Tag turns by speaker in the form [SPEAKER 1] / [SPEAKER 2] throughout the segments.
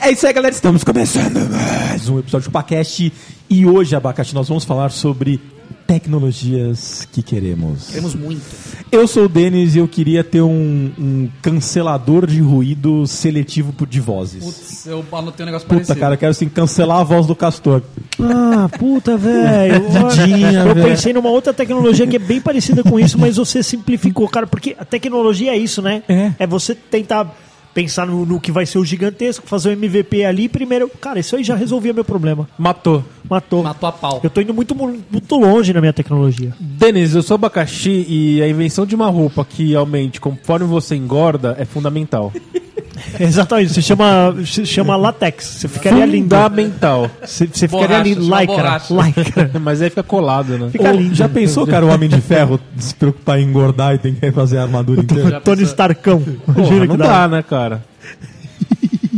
[SPEAKER 1] É isso aí, galera. Estamos começando mais um episódio do Chupacast. E hoje, Abacaxi, nós vamos falar sobre tecnologias que queremos.
[SPEAKER 2] Queremos muito.
[SPEAKER 1] Eu sou o Denis e eu queria ter um, um cancelador de ruído seletivo por- de vozes. Puta,
[SPEAKER 2] Putz, eu anotei um negócio parecido.
[SPEAKER 1] cara, eu quero assim, cancelar a voz do Castor.
[SPEAKER 3] Ah, puta, velho.
[SPEAKER 1] Tadinha,
[SPEAKER 3] Eu
[SPEAKER 1] velho.
[SPEAKER 3] pensei numa outra tecnologia que é bem parecida com isso, mas você simplificou, cara, porque a tecnologia é isso, né?
[SPEAKER 1] É.
[SPEAKER 3] você tentar pensar no, no que vai ser o gigantesco, fazer um o MVP ali primeiro. Cara, isso aí já resolvia meu problema.
[SPEAKER 4] Matou.
[SPEAKER 3] Matou.
[SPEAKER 2] Matou a pau.
[SPEAKER 3] Eu tô indo muito, mu- muito longe na minha tecnologia.
[SPEAKER 4] Denis, eu sou abacaxi e a invenção de uma roupa que aumente conforme você engorda é fundamental.
[SPEAKER 3] É Exatamente, se chama, se chama latex. Você ficaria lindo.
[SPEAKER 4] fundamental.
[SPEAKER 3] Você, você ficaria
[SPEAKER 2] Borracha,
[SPEAKER 3] lindo.
[SPEAKER 2] chama
[SPEAKER 3] Lycra.
[SPEAKER 2] borracha.
[SPEAKER 3] Lycra.
[SPEAKER 4] Mas aí fica colado, né?
[SPEAKER 3] Fica
[SPEAKER 1] Ô,
[SPEAKER 3] lindo.
[SPEAKER 1] Já pensou, cara, o Homem de Ferro se preocupar em engordar e tem que fazer a armadura inteira?
[SPEAKER 3] Tony Starkão.
[SPEAKER 4] Porra,
[SPEAKER 3] Imagina
[SPEAKER 4] não
[SPEAKER 3] que dá.
[SPEAKER 4] dá, né, cara?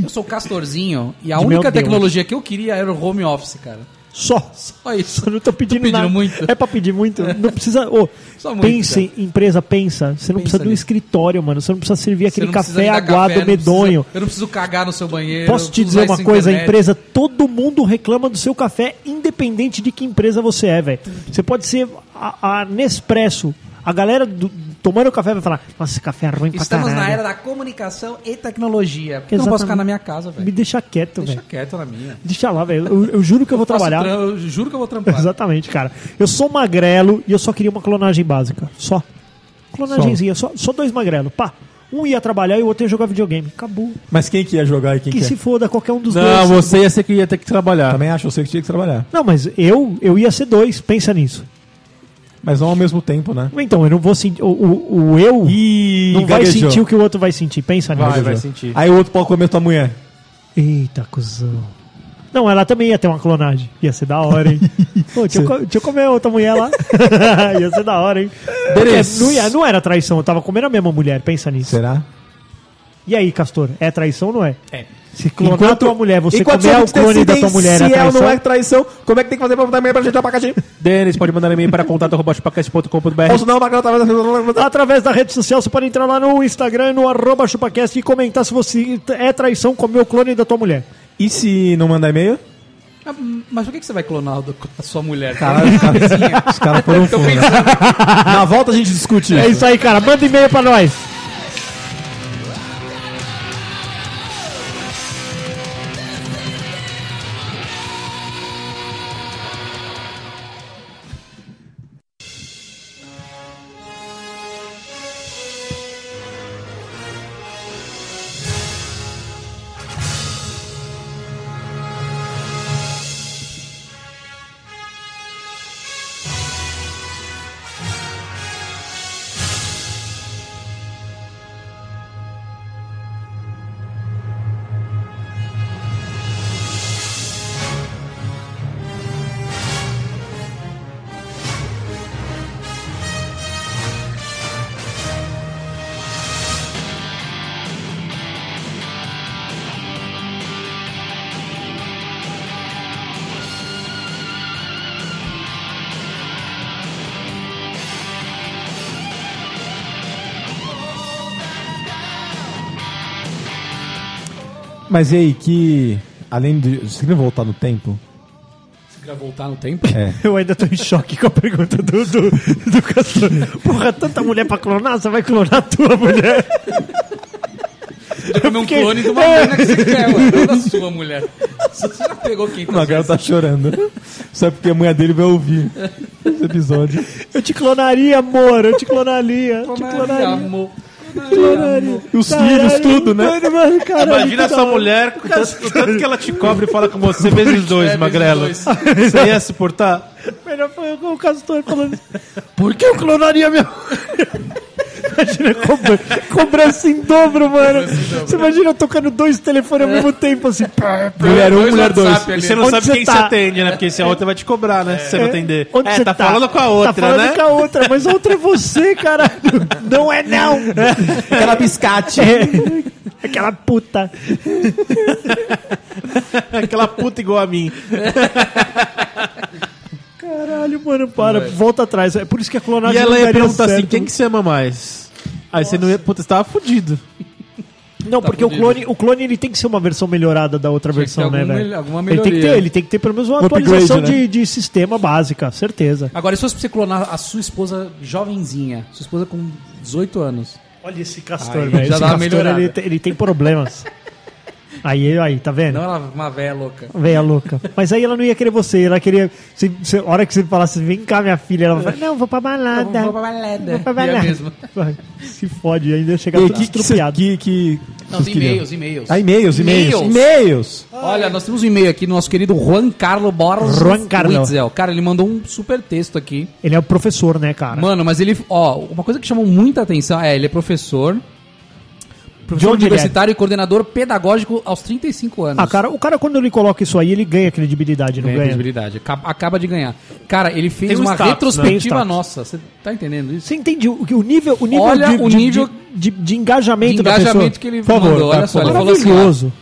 [SPEAKER 2] Eu sou o Castorzinho e a
[SPEAKER 3] Meu
[SPEAKER 2] única
[SPEAKER 3] Deus.
[SPEAKER 2] tecnologia que eu queria era o home office, cara.
[SPEAKER 3] Só.
[SPEAKER 2] Só isso.
[SPEAKER 3] Eu não tô pedindo,
[SPEAKER 2] pedindo
[SPEAKER 3] nada.
[SPEAKER 2] muito.
[SPEAKER 3] É pra pedir muito. Não precisa. Ô,
[SPEAKER 2] Só muito,
[SPEAKER 3] pense, empresa, pensa. Você não
[SPEAKER 2] Pensa
[SPEAKER 3] precisa de um
[SPEAKER 2] ali.
[SPEAKER 3] escritório, mano. Você não precisa servir
[SPEAKER 2] Você
[SPEAKER 3] aquele
[SPEAKER 2] não precisa
[SPEAKER 3] café
[SPEAKER 2] me dar
[SPEAKER 3] aguado,
[SPEAKER 2] café, não precisa-
[SPEAKER 3] medonho.
[SPEAKER 2] eu não preciso cagar no seu banheiro.
[SPEAKER 3] Posso te
[SPEAKER 2] usar
[SPEAKER 3] dizer uma
[SPEAKER 2] essa
[SPEAKER 3] coisa,
[SPEAKER 2] internet.
[SPEAKER 3] empresa, todo mundo reclama do seu café, independente de que empresa você é, velho. Você pode ser a, a Nespresso. A galera do- tomando café vai falar, nossa, esse café é ruim pra
[SPEAKER 2] Estamos
[SPEAKER 3] caralho.
[SPEAKER 2] na era da comunicação e tecnologia. Por que eu não posso ficar
[SPEAKER 3] Exatamente.
[SPEAKER 2] na minha casa, velho?
[SPEAKER 3] Me deixa quieto,
[SPEAKER 2] Deixa
[SPEAKER 3] velho.
[SPEAKER 2] quieto na minha.
[SPEAKER 3] Deixa lá, velho. Eu, eu juro que eu vou
[SPEAKER 2] Faço
[SPEAKER 3] trabalhar.
[SPEAKER 2] tram- Eu juro que eu vou trampar.
[SPEAKER 3] Exatamente, cara. Eu sou magrelo e eu só queria uma clonagem básica. Só. Clonagenzinha, só, só dois magrelos. Pá. Um ia trabalhar e o outro ia jogar videogame. Acabou.
[SPEAKER 1] Mas quem que ia jogar e quem
[SPEAKER 3] Que
[SPEAKER 1] que
[SPEAKER 3] se
[SPEAKER 1] é?
[SPEAKER 3] foda, qualquer um dos
[SPEAKER 4] Não,
[SPEAKER 3] dois.
[SPEAKER 4] você ia ser que ia ter que trabalhar.
[SPEAKER 1] Também acho, eu sei que tinha que trabalhar.
[SPEAKER 3] Não, mas eu, eu ia ser dois, pensa nisso.
[SPEAKER 1] Mas não ao mesmo tempo, né?
[SPEAKER 3] Então, eu não vou sentir. O, o, o eu
[SPEAKER 1] E
[SPEAKER 3] não vai sentir o que o outro vai sentir. Pensa
[SPEAKER 4] Vai,
[SPEAKER 3] nisso.
[SPEAKER 4] vai sentir.
[SPEAKER 1] Aí o outro pode comer tua mulher.
[SPEAKER 3] Eita, cuzão. Não, ela também ia ter uma clonagem. Ia ser da hora, hein? Pô, deixa, eu, co- deixa eu comer a outra mulher lá. ia ser da hora, hein?
[SPEAKER 4] Beleza.
[SPEAKER 3] Porque é Não, ia- não era traição, eu tava comendo a mesma mulher, pensa nisso.
[SPEAKER 1] Será?
[SPEAKER 3] E aí, Castor, é traição ou não é?
[SPEAKER 2] É.
[SPEAKER 3] Se clonar a tua mulher, você
[SPEAKER 1] enquanto
[SPEAKER 3] comer o
[SPEAKER 1] ouvintes
[SPEAKER 3] clone da
[SPEAKER 1] decidem
[SPEAKER 3] tua mulher, é
[SPEAKER 1] Se é ou
[SPEAKER 3] traição?
[SPEAKER 1] não é traição, como é que tem que fazer pra mandar e-mail pra gente abacaxi?
[SPEAKER 4] Denis, pode mandar e-mail para contato.chupacast.com.br.
[SPEAKER 1] Ou se não, o Magrão tá fazendo...
[SPEAKER 3] Através da rede social, você pode entrar lá no Instagram, no arroba chupacast e comentar se você é traição comer o clone da tua mulher.
[SPEAKER 1] E se não mandar e-mail?
[SPEAKER 2] Ah, Mas por que que você vai clonar o do- a sua mulher?
[SPEAKER 1] Caralho, os caras- os caras foram
[SPEAKER 2] Eu
[SPEAKER 1] fundo.
[SPEAKER 2] pensando,
[SPEAKER 1] Na volta a gente discute
[SPEAKER 3] É isso aí, cara. Manda e-mail pra nós.
[SPEAKER 1] Mas e aí, que... Além de... Você queria voltar no tempo?
[SPEAKER 2] Você quer voltar no tempo?
[SPEAKER 1] É.
[SPEAKER 3] Eu ainda tô em choque com a pergunta do, do, do Castor. Porra, tanta mulher pra clonar, você vai clonar a tua mulher.
[SPEAKER 2] Podia comer um
[SPEAKER 3] Porque-
[SPEAKER 2] clone de uma mina que você
[SPEAKER 3] É.
[SPEAKER 2] quer, ué, não da sua mulher. Você já pegou quem
[SPEAKER 1] O
[SPEAKER 2] tá
[SPEAKER 1] Magrão tá chorando. Só porque a mulher dele vai ouvir esse episódio.
[SPEAKER 3] Eu te clonaria, amor. Eu te clonaria. eu te
[SPEAKER 2] Clonaria,
[SPEAKER 3] clonaria.
[SPEAKER 2] amor.
[SPEAKER 1] Os filhos, tudo, né?
[SPEAKER 3] Mano, mano, caralho,
[SPEAKER 4] Imagina
[SPEAKER 3] que
[SPEAKER 4] essa
[SPEAKER 3] da hora.
[SPEAKER 4] mulher, o tanto, o tanto que ela te cobre e fala com você, vezes dois,
[SPEAKER 2] vezes
[SPEAKER 4] magrelo.
[SPEAKER 2] dois.
[SPEAKER 4] Você ia suportar?
[SPEAKER 3] Melhor foi o o Castor falando isso. Por que eu clonaria meu. Imagina cobra- cobrança em dobro, mano. Você imagina eu tocando dois telefones
[SPEAKER 4] É.
[SPEAKER 3] ao mesmo tempo, assim. pá, pá.
[SPEAKER 1] Mulher um, mulher dois.
[SPEAKER 2] WhatsApp
[SPEAKER 4] E
[SPEAKER 2] ali.
[SPEAKER 4] você não
[SPEAKER 3] Onde
[SPEAKER 4] sabe
[SPEAKER 3] você
[SPEAKER 4] quem
[SPEAKER 3] tá?
[SPEAKER 4] se atende, né? Porque se a outra vai te cobrar, né? Se você não atender.
[SPEAKER 3] Onde
[SPEAKER 4] é,
[SPEAKER 3] você
[SPEAKER 4] tá, falando com a outra,
[SPEAKER 3] tá falando
[SPEAKER 4] né?
[SPEAKER 3] com a outra, mas a outra é você, caralho. Não é não.
[SPEAKER 1] Aquela biscate.
[SPEAKER 3] É. Aquela puta.
[SPEAKER 4] É, Aquela puta igual a mim.
[SPEAKER 3] Caralho, mano, para.
[SPEAKER 2] Vai.
[SPEAKER 3] Volta atrás. É por isso que a
[SPEAKER 4] E
[SPEAKER 3] clonagem
[SPEAKER 4] ela
[SPEAKER 3] não
[SPEAKER 4] ia
[SPEAKER 3] daria
[SPEAKER 4] perguntar
[SPEAKER 3] certo.
[SPEAKER 4] assim: quem que você ama mais? Aí você não ia. Puta, você tava fudido.
[SPEAKER 3] Não, porque o
[SPEAKER 2] Tá fudido.
[SPEAKER 3] clone, o clone ele tem que ser uma versão melhorada da outra
[SPEAKER 2] Tinha que ter
[SPEAKER 3] versão, né,
[SPEAKER 2] alguma
[SPEAKER 3] velho?
[SPEAKER 2] mel- alguma
[SPEAKER 3] ele tem que
[SPEAKER 2] melhoria.
[SPEAKER 3] ter, ele tem que ter pelo menos uma
[SPEAKER 1] Upgrade,
[SPEAKER 3] atualização
[SPEAKER 1] né?
[SPEAKER 3] de, de sistema básica, certeza.
[SPEAKER 2] Agora, e se fosse pra você clonar a sua esposa jovenzinha? Sua esposa com 18 anos.
[SPEAKER 3] Olha esse
[SPEAKER 2] Aí,
[SPEAKER 3] castor, velho.
[SPEAKER 2] já
[SPEAKER 3] Esse
[SPEAKER 2] dá uma
[SPEAKER 3] castor
[SPEAKER 2] melhorada.
[SPEAKER 3] ele, tem- ele tem problemas. aí, aí, tá vendo?
[SPEAKER 2] Não ela é uma véia louca.
[SPEAKER 3] Véia louca. Mas aí ela não ia querer você, ela queria. Se, se- a hora que você falasse, vem cá, minha filha, ela vai falar, não, vou pra balada.
[SPEAKER 2] Eu vou pra balada.
[SPEAKER 3] Vou Ah, tá. pra
[SPEAKER 2] E é
[SPEAKER 3] balada.
[SPEAKER 2] mesmo.
[SPEAKER 3] Vai, Se fode, ainda ia chegar
[SPEAKER 1] E
[SPEAKER 3] tudo
[SPEAKER 1] que, que, cê-
[SPEAKER 3] estrupiado.
[SPEAKER 1] que, que
[SPEAKER 2] Não, os e-mails, e-mails.
[SPEAKER 1] Ah, e-mails, e-mails.
[SPEAKER 2] E-mails.
[SPEAKER 1] E-mails.
[SPEAKER 2] Olha, nós temos um e-mail aqui do nosso querido Juan Carlo Borges
[SPEAKER 3] Juan Carlo.
[SPEAKER 2] Witzel. Cara, ele mandou um super texto aqui.
[SPEAKER 3] Ele é o professor, né, cara?
[SPEAKER 2] Mano, mas ele, ó, uma coisa que chamou muita atenção é, ele é professor,
[SPEAKER 3] De
[SPEAKER 2] professor
[SPEAKER 3] onde ele é?
[SPEAKER 2] universitário e coordenador pedagógico aos 35 anos.
[SPEAKER 3] Ah, cara, o cara, quando ele coloca isso aí, ele ganha credibilidade, não
[SPEAKER 2] Ganha
[SPEAKER 3] ganha?
[SPEAKER 2] credibilidade. Acaba, acaba de ganhar. Cara, ele fez
[SPEAKER 4] Tem um
[SPEAKER 2] uma
[SPEAKER 4] status, né?
[SPEAKER 2] retrospectiva
[SPEAKER 3] Tem status.
[SPEAKER 2] nossa. Você tá entendendo isso?
[SPEAKER 3] Você entende o, que- o nível, o nível,
[SPEAKER 2] Olha
[SPEAKER 3] de,
[SPEAKER 2] o
[SPEAKER 3] de-
[SPEAKER 2] nível
[SPEAKER 3] de, de, de engajamento
[SPEAKER 2] de
[SPEAKER 3] da
[SPEAKER 2] engajamento
[SPEAKER 3] pessoa.
[SPEAKER 2] que ele
[SPEAKER 3] Por favor,
[SPEAKER 2] mandou. Olha
[SPEAKER 3] tá,
[SPEAKER 2] só,
[SPEAKER 3] pô,
[SPEAKER 2] ele falou assim,
[SPEAKER 3] maravilhoso.